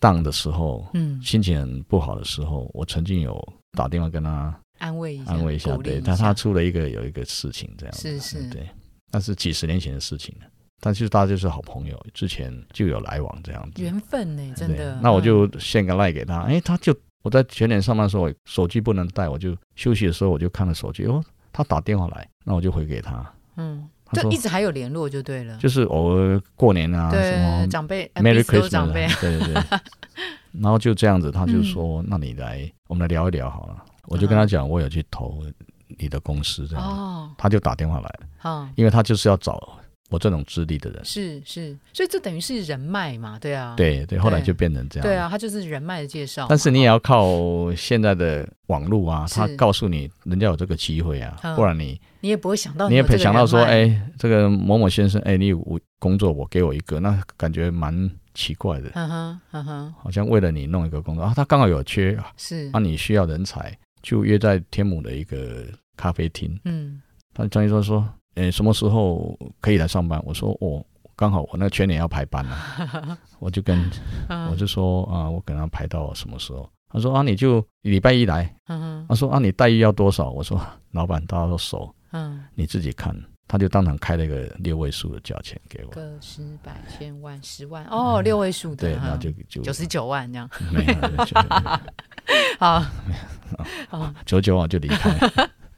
Speaker 2: 荡的时候，
Speaker 1: 嗯，
Speaker 2: 心情很不好的时候，我曾经有打电话跟他
Speaker 1: 安慰一下，
Speaker 2: 安慰一下，
Speaker 1: 嗯鼓励
Speaker 2: 对，但他出了一个有一个事情这样子，
Speaker 1: 是是
Speaker 2: 对，那是几十年前的事情了，但是大家就是好朋友，之前就有来往这样子，
Speaker 1: 缘分呢，真
Speaker 2: 对
Speaker 1: 的。
Speaker 2: 那我
Speaker 1: 嗯
Speaker 2: 就献个赖给他，哎，他就我在全年上班的时候，我手机不能带，我就休息的时候我就看了手机，哦，他打电话来，那我就回给他，
Speaker 1: 嗯，
Speaker 2: 他
Speaker 1: 就
Speaker 2: 说
Speaker 1: 一直还有联络就对了。
Speaker 2: 就是偶尔过年啊什
Speaker 1: 对
Speaker 2: 么
Speaker 1: 长辈呃
Speaker 2: Merry
Speaker 1: 彼此都是
Speaker 2: Christmas，
Speaker 1: 长辈
Speaker 2: 啊对对对，
Speaker 1: <laughs>
Speaker 2: 然后就这样子，他
Speaker 1: 嗯
Speaker 2: 就说，那你来，我们来聊一聊好了，我就跟他讲，我有去投你的公司这样
Speaker 1: <laughs>
Speaker 2: 子，
Speaker 1: 哦，
Speaker 2: 他就打电话来了，
Speaker 1: 好，
Speaker 2: 因为他就是要找我这种资历的人，
Speaker 1: 是是，所以这等于是人脉嘛，对啊，
Speaker 2: 对对，后来
Speaker 1: 对
Speaker 2: 就变成这样，
Speaker 1: 对啊，他就是人脉的介绍嘛。
Speaker 2: 但是你也要靠现在的网络啊，
Speaker 1: 是
Speaker 2: 他告诉你人家有这个机会啊，
Speaker 1: 嗯
Speaker 2: 不然你
Speaker 1: 你也不会想到
Speaker 2: 你
Speaker 1: 有
Speaker 2: 也
Speaker 1: 哦这
Speaker 2: 别
Speaker 1: 个
Speaker 2: 想到说，
Speaker 1: 人脉，
Speaker 2: 哎，这个某某先生，哎，你有工作我给我一个，那感觉蛮奇怪的，
Speaker 1: 嗯哼嗯哼，
Speaker 2: 好像为了你弄一个工作啊，他刚好有缺啊，
Speaker 1: 是
Speaker 2: 啊，你需要人才，就约在天母的一个咖啡厅，
Speaker 1: 嗯
Speaker 2: 他张医生说，哎，什么时候可以来上班？我说，哦，刚好我那全年要排班啊，
Speaker 1: <laughs>
Speaker 2: 我就跟我
Speaker 1: 嗯
Speaker 2: 就说啊，我给他排到什么时候？他说啊，你就礼拜一来。
Speaker 1: 嗯
Speaker 2: 他说啊，你待遇要多少？我说 <laughs> 老板大家都熟，
Speaker 1: 嗯，
Speaker 2: 你自己看。他就当场开了一个六位数的价钱给我，
Speaker 1: 个十百千万十万哦，六位数的，
Speaker 2: 对，然后就就
Speaker 1: 九十九万
Speaker 2: <laughs>
Speaker 1: 这样，
Speaker 2: 没有了
Speaker 1: <laughs>
Speaker 2: 就 <laughs>
Speaker 1: 好，
Speaker 2: 九九我就离开，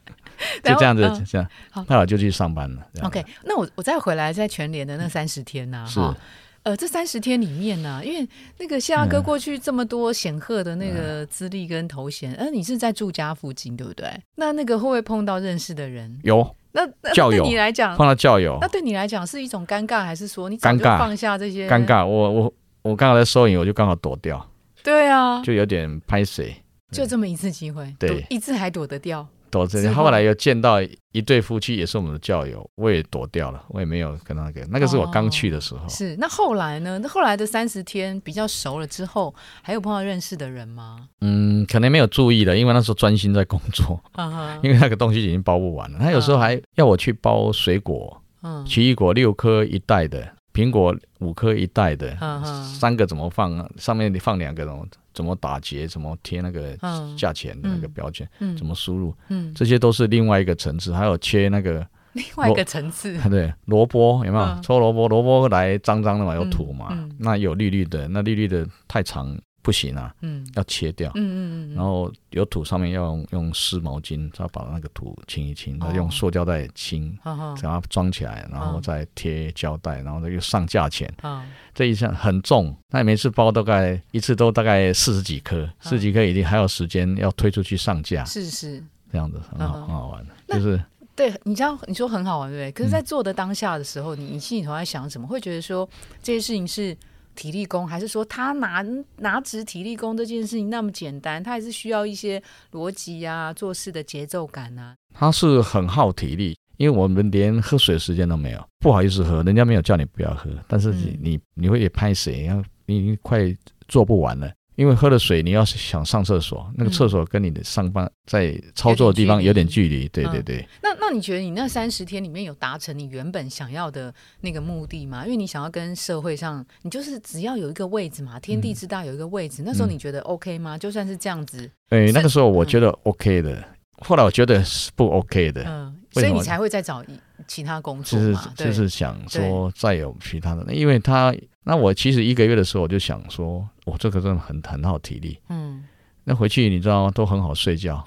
Speaker 1: <laughs>
Speaker 2: 就
Speaker 1: 然后
Speaker 2: 这样子
Speaker 1: 嗯
Speaker 2: 这样
Speaker 1: 好，
Speaker 2: 那我就去上班了。这样嗯
Speaker 1: OK，那我我再回来，在全联的那三十天呐、
Speaker 2: 是
Speaker 1: 哈、呃，这三十天里面呢、因为那个谢大
Speaker 2: 嗯
Speaker 1: 哥过去这么多显赫的那个资历跟头衔，呃，你是在住家附近对不对？那那个会不会碰到认识的人？
Speaker 2: 有
Speaker 1: 那那
Speaker 2: 教
Speaker 1: 对
Speaker 2: 友
Speaker 1: 你来讲
Speaker 2: 碰，到教友
Speaker 1: 那，对你来讲是一种尴尬，还是说你早就
Speaker 2: 尴尬
Speaker 1: 放下这些
Speaker 2: 尴？尬，我我我刚好在收银，我就刚好躲掉，
Speaker 1: 对啊，
Speaker 2: 就有点拍谁
Speaker 1: 就这么一次机会，
Speaker 2: 对哦
Speaker 1: 躲一次还躲得掉，
Speaker 2: 躲这
Speaker 1: 之
Speaker 2: 里。
Speaker 1: 后
Speaker 2: 后来又见到一对夫妻，也是我们的教友，我也躲掉了，我也没有跟他那个，那个是我刚去的时候，
Speaker 1: 哦是。那后来呢？那后来的三十天比较熟了之后，还有碰到认识的人吗？
Speaker 2: 嗯，可能没有注意了，因为那时候专心在工作。
Speaker 1: 嗯哼，
Speaker 2: 因为那个东西已经包不完了。他有时候还要我去包水果，
Speaker 1: 嗯
Speaker 2: 奇异果六颗一袋的，苹果五颗一袋的，
Speaker 1: 嗯哼
Speaker 2: 三个怎么放啊？上面放两个怎么怎么打结，怎么贴那个
Speaker 1: 嗯
Speaker 2: 价钱的那个
Speaker 1: 嗯
Speaker 2: 标签，
Speaker 1: 嗯
Speaker 2: 怎么输入，
Speaker 1: 嗯，
Speaker 2: 这些都是另外一个层次。还有切那
Speaker 1: <laughs>
Speaker 2: 个啊
Speaker 1: 另外一个层次
Speaker 2: 对萝卜有没有
Speaker 1: 嗯
Speaker 2: 抽萝卜？萝卜来脏脏的嘛，有土嘛，
Speaker 1: 嗯嗯
Speaker 2: 那有绿绿的，那绿绿的太长不行啊，
Speaker 1: 嗯
Speaker 2: 要切掉。
Speaker 1: 嗯嗯嗯
Speaker 2: 然后有土上面要用用湿毛巾，再把那个土清一清，再用
Speaker 1: 哦
Speaker 2: 塑胶袋清，
Speaker 1: 好好
Speaker 2: 把它装起来，然后
Speaker 1: 嗯
Speaker 2: 再贴胶带，然后再又上价钱。
Speaker 1: 好，
Speaker 2: 这一项很重，那每次包大概一次都大概四十几颗，四十几颗已经还有时间要推出去上架，
Speaker 1: 是是，
Speaker 2: 这样子很好
Speaker 1: 嗯
Speaker 2: 很好玩，
Speaker 1: 那
Speaker 2: 就是
Speaker 1: 对你这样你说很好玩，对不对？可是，在做的当下的时候，你你心里头在想什么？会觉得说这些事情是体力工，还是说他拿拿职体力工这件事情那么简单？他还是需要一些逻辑啊、做事的节奏感啊。
Speaker 2: 它是很耗体力。因为我们连喝水的时间都没有，不好意思喝，人家没有叫你不要喝，但是你、
Speaker 1: 嗯
Speaker 2: 你你会也拍谁，然后你已经快做不完了。因为喝了水，你要是想上厕所，那个
Speaker 1: 嗯
Speaker 2: 厕所跟你的上班在操作的地方有
Speaker 1: 有点
Speaker 2: 点
Speaker 1: 距
Speaker 2: 距离，对对
Speaker 1: 嗯
Speaker 2: 对。
Speaker 1: 那那你觉得你那三十天里面有达成你原本想要的那个目的吗？因为你想要跟社会上，你就是只要有一个位置嘛，天地之大有一个位置。那时候你觉得 OK 吗？就算是这样子，
Speaker 2: 哎、
Speaker 1: 是
Speaker 2: 那个时候我觉得 OK 的，后来我觉得是不 OK 的，
Speaker 1: 嗯，
Speaker 2: 为
Speaker 1: 所
Speaker 2: 什么
Speaker 1: 以你才会再找一其他工
Speaker 2: 就
Speaker 1: 作
Speaker 2: 是
Speaker 1: 嘛？对，
Speaker 2: 就是想说再有其他的，那因为他那我其实一个月的时候我就想说，我这个真的很很耗体力，
Speaker 1: 嗯
Speaker 2: 那回去你知道都很好
Speaker 1: <laughs>
Speaker 2: 睡觉，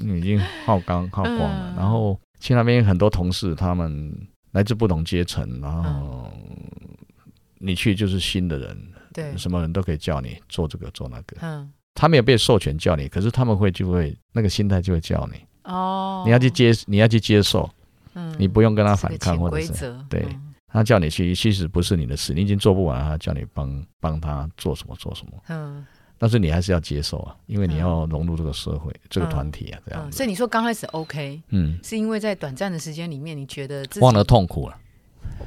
Speaker 2: 嗯已经耗光耗光了，
Speaker 1: 嗯
Speaker 2: 然后去那边很多同事他们来自不同阶层，然后你去就是新的人，
Speaker 1: 嗯对，
Speaker 2: 什么人都可以叫你做这个做那个，
Speaker 1: 嗯
Speaker 2: 他没有被授权叫你，可是他们会就会那个心态就会叫你。
Speaker 1: 哦，
Speaker 2: 你要去接，你要去接受，
Speaker 1: 嗯，
Speaker 2: 你不用跟他
Speaker 1: 是个
Speaker 2: 反抗，
Speaker 1: 潜
Speaker 2: 或者
Speaker 1: 规
Speaker 2: 是
Speaker 1: 则，
Speaker 2: 对
Speaker 1: 嗯
Speaker 2: 他叫你去，其实不是你的事，你已经做不完了，他叫你帮帮他做什么做什么，
Speaker 1: 嗯
Speaker 2: 但是你还是要接受啊，因为你
Speaker 1: 嗯
Speaker 2: 要融入这个社会、这个
Speaker 1: 嗯
Speaker 2: 团体啊，这样
Speaker 1: 嗯，
Speaker 2: 子，
Speaker 1: 所以你说刚开始 OK，
Speaker 2: 嗯，
Speaker 1: 是因为在短暂的时间里面，你觉得自己
Speaker 2: 忘了痛苦了，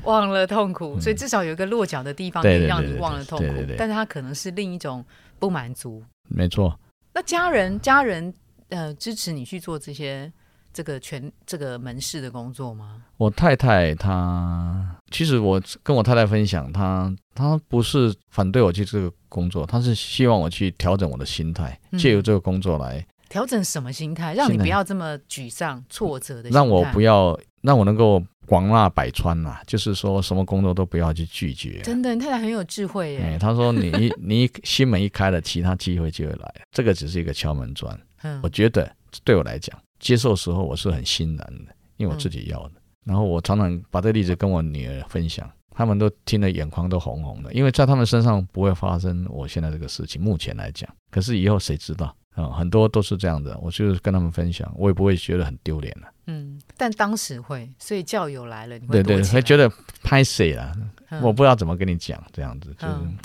Speaker 1: 忘了痛苦，
Speaker 2: 嗯
Speaker 1: 所以至少有一个落脚的地方可
Speaker 2: 对
Speaker 1: 以
Speaker 2: 对
Speaker 1: 让
Speaker 2: 对
Speaker 1: 你
Speaker 2: 对
Speaker 1: 忘了痛苦
Speaker 2: 对对对，
Speaker 1: 但是它可能是另一种不满足。
Speaker 2: 没错，
Speaker 1: 那家人家人呃支持你去做这些这个全这个门市的工作吗？
Speaker 2: 我太太她，其实我跟我太太分享，她她不是反对我去这个工作，她是希望我去调整我的心态，
Speaker 1: 嗯
Speaker 2: 借由这个工作来
Speaker 1: 调整什么心态，让你
Speaker 2: 现在
Speaker 1: 不要这么沮丧、挫折的心态？
Speaker 2: 让我不要让我能够广纳百川呐、就是说什么工作都不要去拒绝、
Speaker 1: 真的，你太太很有智慧
Speaker 2: 哎、
Speaker 1: 耶。
Speaker 2: 他说你一 <laughs> 你一心门一开了，其他机会就会来了。这个只是一个敲门砖。
Speaker 1: 嗯
Speaker 2: 我觉得对我来讲，接受时候我是很欣然的，因为我自己要的。
Speaker 1: 嗯
Speaker 2: 然后我常常把这例子跟我女儿分享，他们都听得眼眶都红红的，因为在他们身上不会发生我现在这个事情。目前来讲，可是以后谁知道啊、很多都是这样的，我就是跟他们分享，我也不会觉得很丢脸了、
Speaker 1: 嗯，但当时会，所以教友来了，你
Speaker 2: 对
Speaker 1: 会嗯
Speaker 2: 对，会觉
Speaker 1: 得
Speaker 2: 得拍谁了，我不知道怎么跟你讲，这样子就是，
Speaker 1: 嗯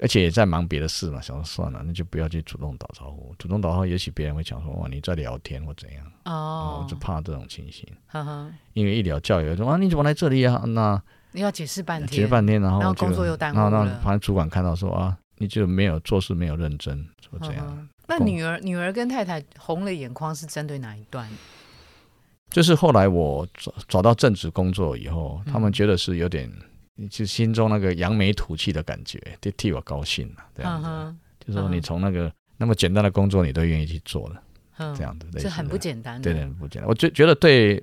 Speaker 2: 而且也在忙别的事嘛，想说算了，那就不要去主动打招呼。主动打招呼，也许别人会讲说哇你在聊天或怎样，
Speaker 1: 哦
Speaker 2: 我，就怕这种情形，
Speaker 1: 呵呵
Speaker 2: 因为一聊教友说啊你怎么来这里啊？那
Speaker 1: 你要解释半
Speaker 2: 学
Speaker 1: 天，
Speaker 2: 半天，然后
Speaker 1: 然后
Speaker 2: 我就
Speaker 1: 工作又耽误
Speaker 2: 然后
Speaker 1: 了
Speaker 2: 然后反正主管看到说啊你就没有做事没有认真，说
Speaker 1: 嗯
Speaker 2: 怎样，
Speaker 1: 哼那
Speaker 2: 工
Speaker 1: 女儿女儿跟太太红了眼眶是针对哪一段？
Speaker 2: 就是后来我找找到正职工作以后，
Speaker 1: 嗯
Speaker 2: 他们觉得是有点。就心中那个扬眉吐气的感觉，就替我高兴了、这样
Speaker 1: 嗯
Speaker 2: 子。
Speaker 1: 哼，
Speaker 2: 就说你
Speaker 1: 嗯
Speaker 2: 从那个那么简单的工作，你都愿意去做了，
Speaker 1: 嗯
Speaker 2: 啊这样子，类似
Speaker 1: 这很
Speaker 2: 的
Speaker 1: 不简单的，
Speaker 2: 对，很不简单。我觉觉得对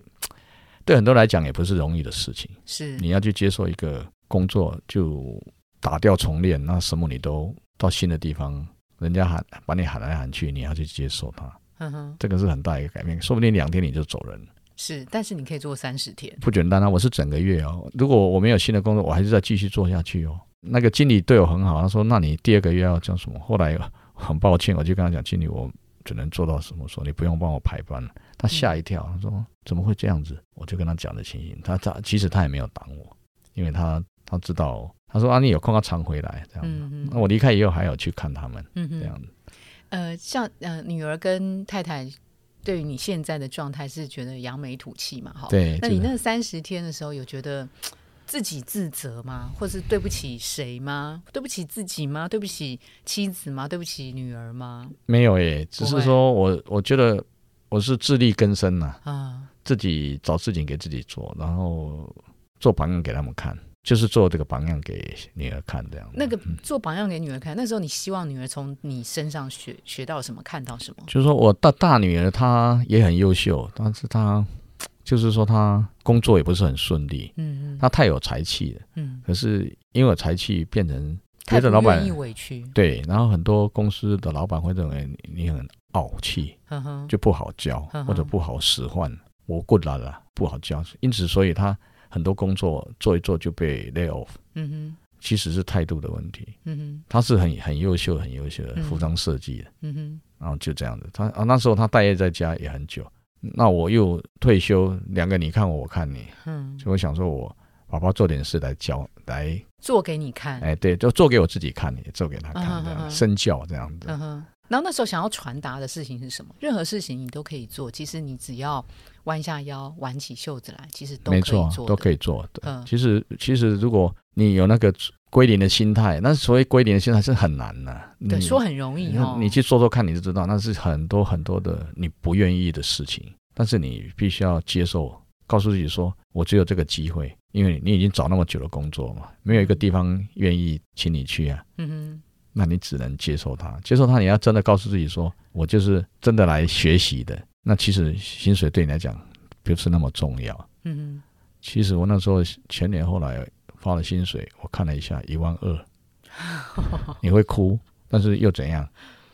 Speaker 2: 对很多人来讲也不是容易的事情，
Speaker 1: 是
Speaker 2: 你要去接受一个工作，就打掉重练，那什么你都到新的地方，人家喊把你喊来喊去，你要去接受它，
Speaker 1: 嗯哼，
Speaker 2: 这个是很大一个改变，说不定两天你就走人了，
Speaker 1: 是，但是你可以做三十天，
Speaker 2: 不简单啊！我是整个月哦，如果我没有新的工作，我还是再继续做下去哦。那个经理对我很好，他说：“那你第二个月要讲什么？”后来 <laughs> 很抱歉，我就跟他讲：“经理，我只能做到什么说，你不用帮我排班了。”他吓一跳，他说：“怎么会这样子？”我就跟他讲的情形，他他其实他也没有挡我，因为他他知道，他说：“啊，你有空要常回来这样子。
Speaker 1: 嗯
Speaker 2: 那我离开以后还有去看他们
Speaker 1: 嗯
Speaker 2: 这
Speaker 1: 哼，
Speaker 2: 样子。
Speaker 1: 呃，像呃女儿跟太太对于你现在的状态是觉得扬眉吐气嘛，哈，。
Speaker 2: 对，
Speaker 1: 那
Speaker 2: 就
Speaker 1: 你
Speaker 2: 是
Speaker 1: 那三十天的时候有觉得嘖自己自责吗？或是对不起谁吗？对不起自己吗？对不起妻子吗？对不起女儿吗？
Speaker 2: 没有耶，只
Speaker 1: 不
Speaker 2: 是
Speaker 1: 会
Speaker 2: 说我我觉得我是自力更生呐、
Speaker 1: 啊，
Speaker 2: 自己找事情给自己做，然后做榜样给他们看，就是做这个榜样给女儿看这样子。
Speaker 1: 那个做榜样给女儿看，那时候你希望女儿从你身上学学到什么，看到什么？
Speaker 2: 就是说我大大女儿她也很优秀，但是她就是说她工作也不是很顺利，
Speaker 1: 嗯嗯
Speaker 2: 她太有才气了。
Speaker 1: 嗯，
Speaker 2: 可是因为有才气变成
Speaker 1: 太
Speaker 2: 别的老
Speaker 1: 不
Speaker 2: 板
Speaker 1: 愿意委屈，
Speaker 2: 对，然后很多公司的老板会认为你你很傲气，
Speaker 1: 呵呵，
Speaker 2: 就不好教
Speaker 1: <laughs> 嗯哼
Speaker 2: 或者不好使唤，我过来了不好教，因此所以她很多工作做一做就被 lay off。
Speaker 1: 嗯
Speaker 2: 其实是态度的问题。
Speaker 1: 哼，嗯哼，
Speaker 2: 他是很很优秀、很优秀的
Speaker 1: 嗯
Speaker 2: 服装设计的，
Speaker 1: 嗯哼，
Speaker 2: 然后就这样子。他啊，那时候他待业在家也很久，那我又退休，两个你看我，我看你，
Speaker 1: 嗯，
Speaker 2: 所以我想说我爸爸做点事来教，来
Speaker 1: 做给你看，
Speaker 2: 哎，对，就做给我自己看，也做给他
Speaker 1: 嗯
Speaker 2: 看，
Speaker 1: 哼
Speaker 2: 这
Speaker 1: 嗯哼
Speaker 2: 样身教这样子。
Speaker 1: 嗯哼。然后那时候想要传达的事情是什么？任何事情你都可以做，其实你只要弯下腰，挽起袖子来，其实都可
Speaker 2: 没
Speaker 1: 以
Speaker 2: 错，
Speaker 1: 做
Speaker 2: 都
Speaker 1: 的
Speaker 2: 可以做的。
Speaker 1: 嗯
Speaker 2: 其实，其实如果你有那个归零的心态，那所谓归零的心态是很难的、你
Speaker 1: 对，说很容易哦。
Speaker 2: 你去做做看，你就知道，那是很多很多的你不愿意的事情，但是你必须要接受，告诉自己说，我只有这个机会，因为你已经找那么久的工作嘛，没有一个地方愿意请你去啊，
Speaker 1: 嗯
Speaker 2: 那你只能接受它，接受它，你要真的告诉自己说，我就是真的来学习的，那其实薪水对你来讲不是那么重要。
Speaker 1: 哼，嗯
Speaker 2: 其实我那时候前年后来发了薪水，我看了一下一万二，你会哭，但是又怎样？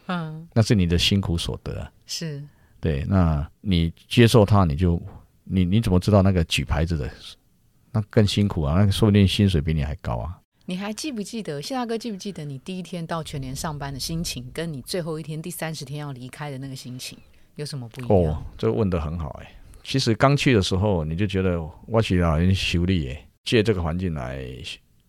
Speaker 1: 哼，嗯，
Speaker 2: 那是你的辛苦所得啊、
Speaker 1: 是，
Speaker 2: 对，那你接受它，你就你你怎么知道那个举牌子的那更辛苦啊？那个说不定薪水比你还高啊。
Speaker 1: 你还记不记得，谢大哥记不记得你第一天到全年上班的心情，跟你最后一天第三十天要离开的那个心情有什么不一
Speaker 2: 哦
Speaker 1: 样？，
Speaker 2: 这个问得很好哎、其实刚去的时候，你就觉得我去老人修理哎，借这个环境来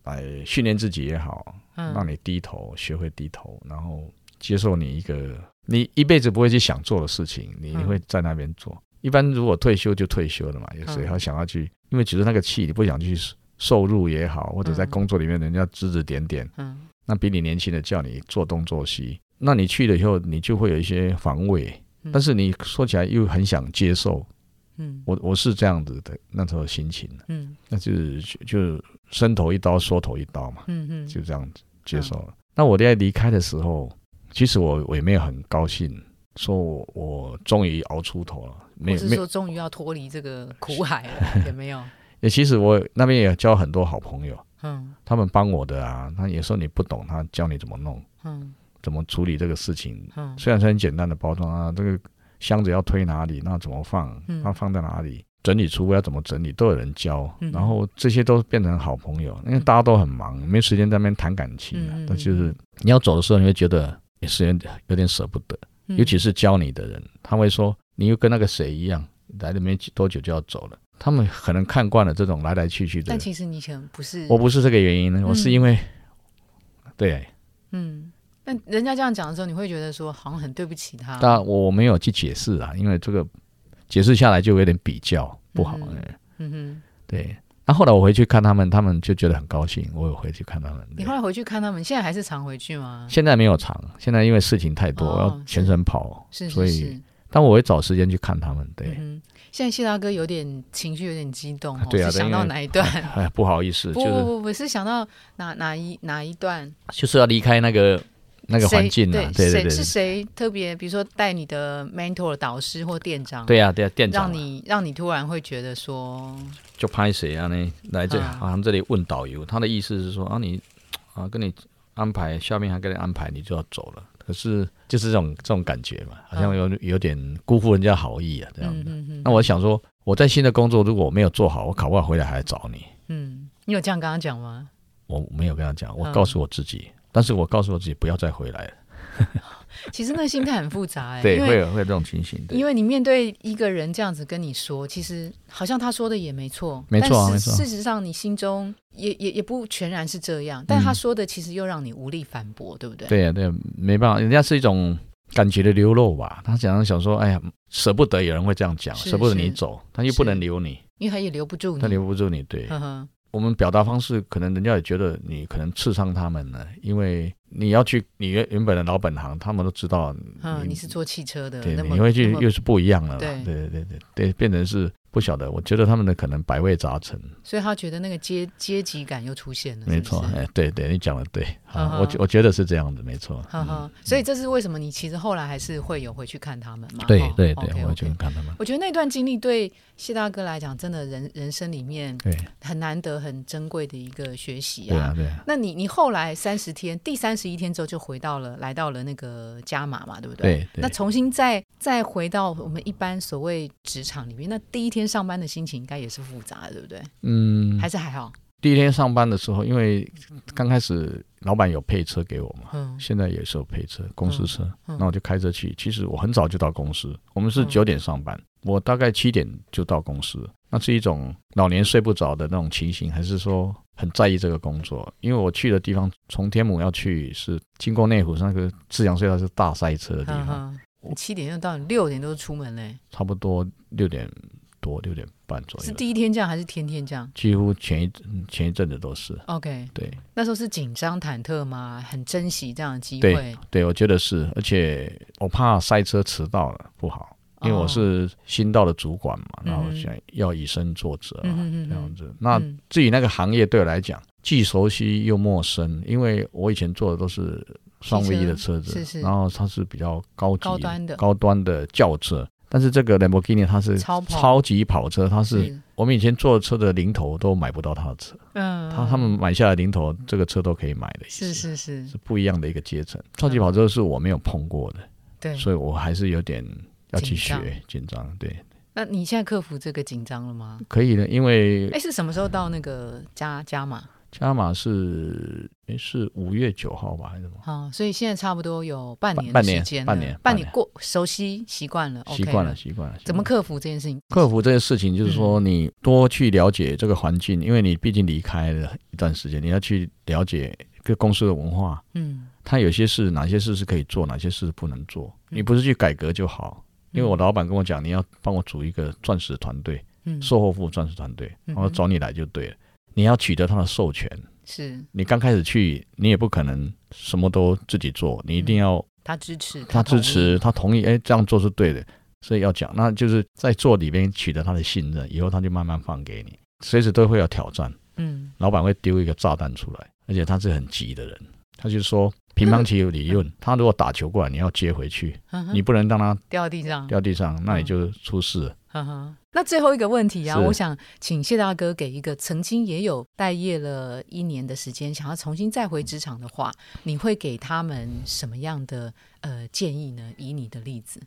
Speaker 2: 来训练自己也好，让
Speaker 1: 嗯，
Speaker 2: 你低头，学会低头，然后接受你一个你一辈子不会去想做的事情，你
Speaker 1: 嗯
Speaker 2: 会在那边做。一般如果退休就退休了嘛，有谁
Speaker 1: 嗯
Speaker 2: 还想要去？因为只是那个气，你不想去受辱也好，或者在
Speaker 1: 嗯
Speaker 2: 工作里面人家指指点点，
Speaker 1: 嗯，
Speaker 2: 那比你年轻的叫你做东做西，那你去了以后，你就会有一些防卫。
Speaker 1: 嗯
Speaker 2: 但是你说起来又很想接受，
Speaker 1: 嗯
Speaker 2: 我我是这样子的那时候心情，
Speaker 1: 嗯
Speaker 2: 那就是就就伸头一刀，缩头一刀嘛。
Speaker 1: 嗯嗯，
Speaker 2: 就这样子接受了。嗯那我在离开的时候，其实我我也没有很高兴，说我我终于熬出头了，
Speaker 1: 或
Speaker 2: 没有
Speaker 1: 是
Speaker 2: 没有
Speaker 1: 说终于要脱离这个苦海了，
Speaker 2: <laughs>
Speaker 1: 也没有，
Speaker 2: 也其实我那边也交很多好朋友，
Speaker 1: 嗯
Speaker 2: 他们帮我的啊，他有时候你不懂，他教你怎么弄，
Speaker 1: 嗯
Speaker 2: 怎么处理这个事情。
Speaker 1: 嗯
Speaker 2: 虽然是很简单的包装啊，这个箱子要推哪里，那怎么放
Speaker 1: 嗯，
Speaker 2: 它放在哪里。整理厨房要怎么整理，都有人教，
Speaker 1: 嗯
Speaker 2: 然后这些都变成好朋友，因为大家都很忙，没时间在那边谈感情啊。
Speaker 1: 嗯嗯
Speaker 2: 但就是你要走的时候，你会觉得也是有有点舍不得，
Speaker 1: 嗯
Speaker 2: 尤其是教你的人，他会说你又跟那个谁一样，来了没多久就要走了。他们可能看惯了这种来来去去的
Speaker 1: 但
Speaker 2: 人，
Speaker 1: 其实嗯你可能不是，
Speaker 2: 我不是这个原因呢，我是因为、对，
Speaker 1: 嗯，那人家这样讲的时候，你会觉得说好像很对不起他，
Speaker 2: 但我没有去解释啊，因为这个解释下来就有点比较不好。
Speaker 1: 嗯
Speaker 2: 哎
Speaker 1: 嗯哼。
Speaker 2: 对，那后来我回去看他们，他们就觉得很高兴，我有回去看他们。
Speaker 1: 你后来回去看他们，现在还是常回去吗？
Speaker 2: 现在没有长，现在因为事情太多，
Speaker 1: 哦
Speaker 2: 我要全身跑，
Speaker 1: 是
Speaker 2: 所
Speaker 1: 是
Speaker 2: 以
Speaker 1: 是，
Speaker 2: 但我会找时间去看他们。对，
Speaker 1: 嗯哼。现在谢大哥有点情绪，有点激动、哦，
Speaker 2: 对啊
Speaker 1: 是
Speaker 2: 对
Speaker 1: 想到
Speaker 2: 因为
Speaker 1: 哪一段？
Speaker 2: 哎，不好意思，
Speaker 1: 不
Speaker 2: <laughs> 就
Speaker 1: 不
Speaker 2: 是
Speaker 1: 不不是想到哪哪一哪一段？
Speaker 2: 就是要离开那个那个环
Speaker 1: 谁
Speaker 2: 境啊，对
Speaker 1: 谁
Speaker 2: 对对
Speaker 1: 是，谁特别？比如说带你的 mentor 导师或店长，
Speaker 2: 对呀对呀，店长
Speaker 1: 让
Speaker 2: 啊
Speaker 1: 你让你突然会觉得说，
Speaker 2: 就拍谁啊呢？来这
Speaker 1: 嗯
Speaker 2: 好像这里问导游，他的意思是说啊你啊跟你安排下面还给你安排，你就要走了。可是就是这种这种感觉嘛，好像有有点辜负人家好意啊，这样
Speaker 1: 啊嗯
Speaker 2: 子。
Speaker 1: 嗯
Speaker 2: 那我想说，我在新的工作如果我没有做好，我考不好回来还来找你。
Speaker 1: 嗯，你有这样跟他讲吗？
Speaker 2: 我没有跟他讲，我
Speaker 1: 嗯
Speaker 2: 告诉我自己，但是我告诉我自己不要再回来了。
Speaker 1: 其实那个心态很复杂哎、
Speaker 2: 对，
Speaker 1: 因
Speaker 2: 会
Speaker 1: 为
Speaker 2: 有会有这种情形。对
Speaker 1: 因为你面对一个人这样子跟你说，其实好像他说的也没错，
Speaker 2: 没错啊
Speaker 1: 但
Speaker 2: 没
Speaker 1: 是
Speaker 2: 错
Speaker 1: 事实上，你心中也也也不全然是这样，但他说的其实又让你无力反驳，对不对？
Speaker 2: 嗯对啊呀、对呀、没办法，人家是一种感觉的流露吧。他想想说，哎呀，舍不得，有人会这样讲，
Speaker 1: 是
Speaker 2: 舍不得
Speaker 1: 是
Speaker 2: 你走，他又
Speaker 1: 是
Speaker 2: 不能留你，
Speaker 1: 因为他也留不住你。嗯
Speaker 2: 他留不住你。对，
Speaker 1: 呵呵，
Speaker 2: 我们表达方式，可能人家也觉得你可能刺伤他们了，因为你要去你原原本的老本行，他们都知道，
Speaker 1: 嗯，
Speaker 2: 你
Speaker 1: 你是做汽车的，
Speaker 2: 对，
Speaker 1: 呃那么
Speaker 2: 你会去
Speaker 1: 那么
Speaker 2: 又是不一样了啦。
Speaker 1: 对
Speaker 2: 对对对对对，变成是不晓得，我觉得他们的可能百味杂陈。
Speaker 1: 所以他觉得那个阶阶级感又出现了，
Speaker 2: 没错，
Speaker 1: 是不是
Speaker 2: 哎，对对，你讲的对，
Speaker 1: 嗯
Speaker 2: 啊
Speaker 1: 哼
Speaker 2: 我觉我觉得是这样的，没错。
Speaker 1: 呵呵，所以这是为什么你其实后来还是会有回去看他们嘛？
Speaker 2: 对
Speaker 1: 哦
Speaker 2: 对
Speaker 1: OK，
Speaker 2: 对，我
Speaker 1: OK
Speaker 2: 就看他们，
Speaker 1: 我觉得那段经历对谢大哥来讲，真的人人生里面
Speaker 2: 对
Speaker 1: 很难得、很珍贵的一个学习
Speaker 2: 对啊对啊，
Speaker 1: 那你你后来三十天，第三十一天之后就回到了，来到了那个加码嘛，对不对？
Speaker 2: 对
Speaker 1: 那
Speaker 2: 对。
Speaker 1: 重新再再回到我们一般所谓职场里面，那第一天上班的心情应该也是复杂的，对不对？
Speaker 2: 嗯
Speaker 1: 还，是还好，
Speaker 2: 第一天上班的时候，因为刚开始老板有配车给我嘛，
Speaker 1: 嗯
Speaker 2: 现在也是有配车，公司车，
Speaker 1: 嗯
Speaker 2: 那我就开车去。其实我很早就到公司，我们是
Speaker 1: 嗯
Speaker 2: 九点上班，我大概七点就到公司。那是一种老年睡不着的那种情形，还是说很在意这个工作？因为我去的地方从天母要去是经过内湖那个赤阳隧道是大塞车的地
Speaker 1: 哈
Speaker 2: 方，
Speaker 1: 哈。你七点就到，你六点多出门嘞、
Speaker 2: 差不多六点多六点半左
Speaker 1: 是
Speaker 2: 右，
Speaker 1: 第一天这样还是天天这样
Speaker 2: 几乎前一前一阵子都是。
Speaker 1: ？OK，
Speaker 2: 对
Speaker 1: 那时候是紧张忐忑吗？很珍惜这样的机
Speaker 2: 对
Speaker 1: 会，
Speaker 2: 对，我觉得是，而且我怕塞车迟到了不好，因为我
Speaker 1: 哦
Speaker 2: 是新到的主管嘛，然
Speaker 1: 嗯
Speaker 2: 后
Speaker 1: 哼
Speaker 2: 想要以身作则
Speaker 1: 嗯
Speaker 2: 嘛，
Speaker 1: 哼嗯哼
Speaker 2: 这样子。那
Speaker 1: 嗯
Speaker 2: 至于那个行业对我来讲，既熟悉又陌生，因为我以前坐的都是双 V 的车子，
Speaker 1: 是是
Speaker 2: 然后它是比较高级
Speaker 1: 高端的
Speaker 2: 高端的轿车，但是这个 Lamborghini 它是
Speaker 1: 超跑
Speaker 2: 超级跑车，它是我们以前坐车的零头都买不到它的车，
Speaker 1: 嗯，
Speaker 2: 他他们买下来零头，这个车都可以买的意思，
Speaker 1: 是嗯是是，
Speaker 2: 是不一样的一个阶层。超级跑车是我没有碰过的，
Speaker 1: 对。
Speaker 2: 所以我还是有点要
Speaker 1: 嗯
Speaker 2: 去
Speaker 1: 紧张
Speaker 2: 学紧张，对，
Speaker 1: 那你现在克服这个紧张了吗？
Speaker 2: 可以的，因为
Speaker 1: 哎，是什么时候到那个加加码？
Speaker 2: 加码是诶是五月九号吧，还是什么？
Speaker 1: 好，所以现在差不多有半年的
Speaker 2: 半
Speaker 1: 时
Speaker 2: 年
Speaker 1: 间了，
Speaker 2: 半年
Speaker 1: 半
Speaker 2: 半
Speaker 1: 年
Speaker 2: 年
Speaker 1: 过熟悉习惯了，
Speaker 2: 习惯
Speaker 1: OK
Speaker 2: 了，
Speaker 1: 了。
Speaker 2: 习惯了。习惯
Speaker 1: 怎么嗯
Speaker 2: 了
Speaker 1: 克服这件事情？
Speaker 2: 克服这些事情？就是说，你多去了解这个环境，因为你毕竟离开了一段时间，你要去了解各公司的文化，
Speaker 1: 嗯，
Speaker 2: 它有些事哪些事是可以做，哪些事不能做。
Speaker 1: 嗯
Speaker 2: 你不是去改革就好，因为我老板跟我讲，你要帮我组一个钻石团队，
Speaker 1: 嗯
Speaker 2: 售后服务钻石团队，
Speaker 1: 嗯
Speaker 2: 然
Speaker 1: 哼
Speaker 2: 后找你来就对了。你要取得他的授权，
Speaker 1: 是
Speaker 2: 你刚开始去，你也不可能什么都自己做，你一定要
Speaker 1: 他支持，
Speaker 2: 他支
Speaker 1: 同意，
Speaker 2: 持，嗯他同意，哎，这样做是对的，所以要讲，那就是在做里面取得他的信任，以后他就慢慢放给你，随时都会有挑战，
Speaker 1: 嗯，
Speaker 2: 老板会丢一个炸弹出来，而且他是很急的人，他就说乒乓球理 <laughs> 论，他如果打球过来，你要接回去，
Speaker 1: 嗯哼
Speaker 2: 你不能让他
Speaker 1: 掉地上，
Speaker 2: 掉地上，那你就出事了。
Speaker 1: 哈哈。那最后一个问题啊，
Speaker 2: 是
Speaker 1: 我想请谢大哥给一个曾经也有待业了一年的时间，想要重新再回职场的话，你会给他们什么样的呃建议呢？以你的例子，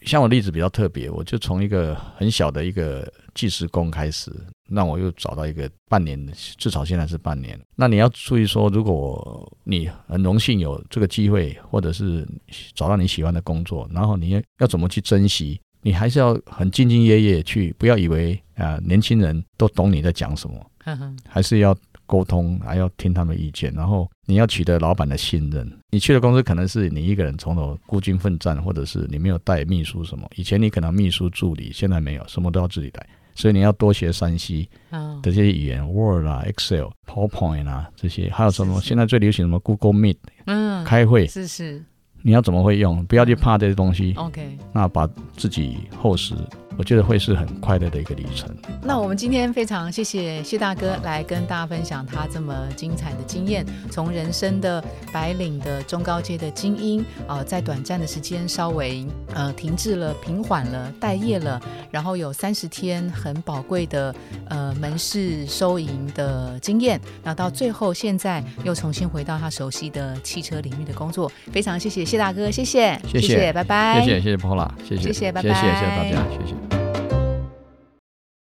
Speaker 2: 像我例子比较特别，我就从一个很小的一个计时工开始，那我又找到一个半年的，至少现在是半年。那你要注意说，如果你很荣幸有这个机会，或者是找到你喜欢的工作，然后你要怎么去珍惜？你还是要很兢兢业业去，不要以为啊、呃年轻人都懂你在讲什么，
Speaker 1: 哼哼，
Speaker 2: 还是要沟通，还要听他们意见，然后你要取得老板的信任。你去的公司可能是你一个人从头孤军奋战，或者是你没有带秘书什么。以前你可能秘书助理，现在没有，什么都要自己来。所以你要多学山西
Speaker 1: 嗯
Speaker 2: 的这些语言，Word 啊、Excel、PowerPoint 啊这些，还有什么
Speaker 1: 是是
Speaker 2: 现在最流行什么 Google Meet
Speaker 1: 嗯，
Speaker 2: 开会，
Speaker 1: 是是
Speaker 2: 你要怎么会用？不要去怕这些东西，
Speaker 1: ，OK。
Speaker 2: 那把自己厚实，我觉得会是很快乐的一个旅程。
Speaker 1: 那我们今天非常谢谢谢大哥来跟大家分享他这么精彩的经验，从人生的白领的中高阶的精英啊、呃在短暂的时间稍微呃停滞了、平缓了、待业了，然后有三十天很宝贵的呃门市收银的经验，那到最后现在又重新回到他熟悉的汽车领域的工作，非常谢谢谢大哥，谢谢，
Speaker 2: 谢谢
Speaker 1: 拜拜，
Speaker 2: 谢谢，谢谢 Paula，谢谢，
Speaker 1: 谢谢拜
Speaker 2: 谢谢，谢谢大
Speaker 1: 拜
Speaker 2: 家，谢谢。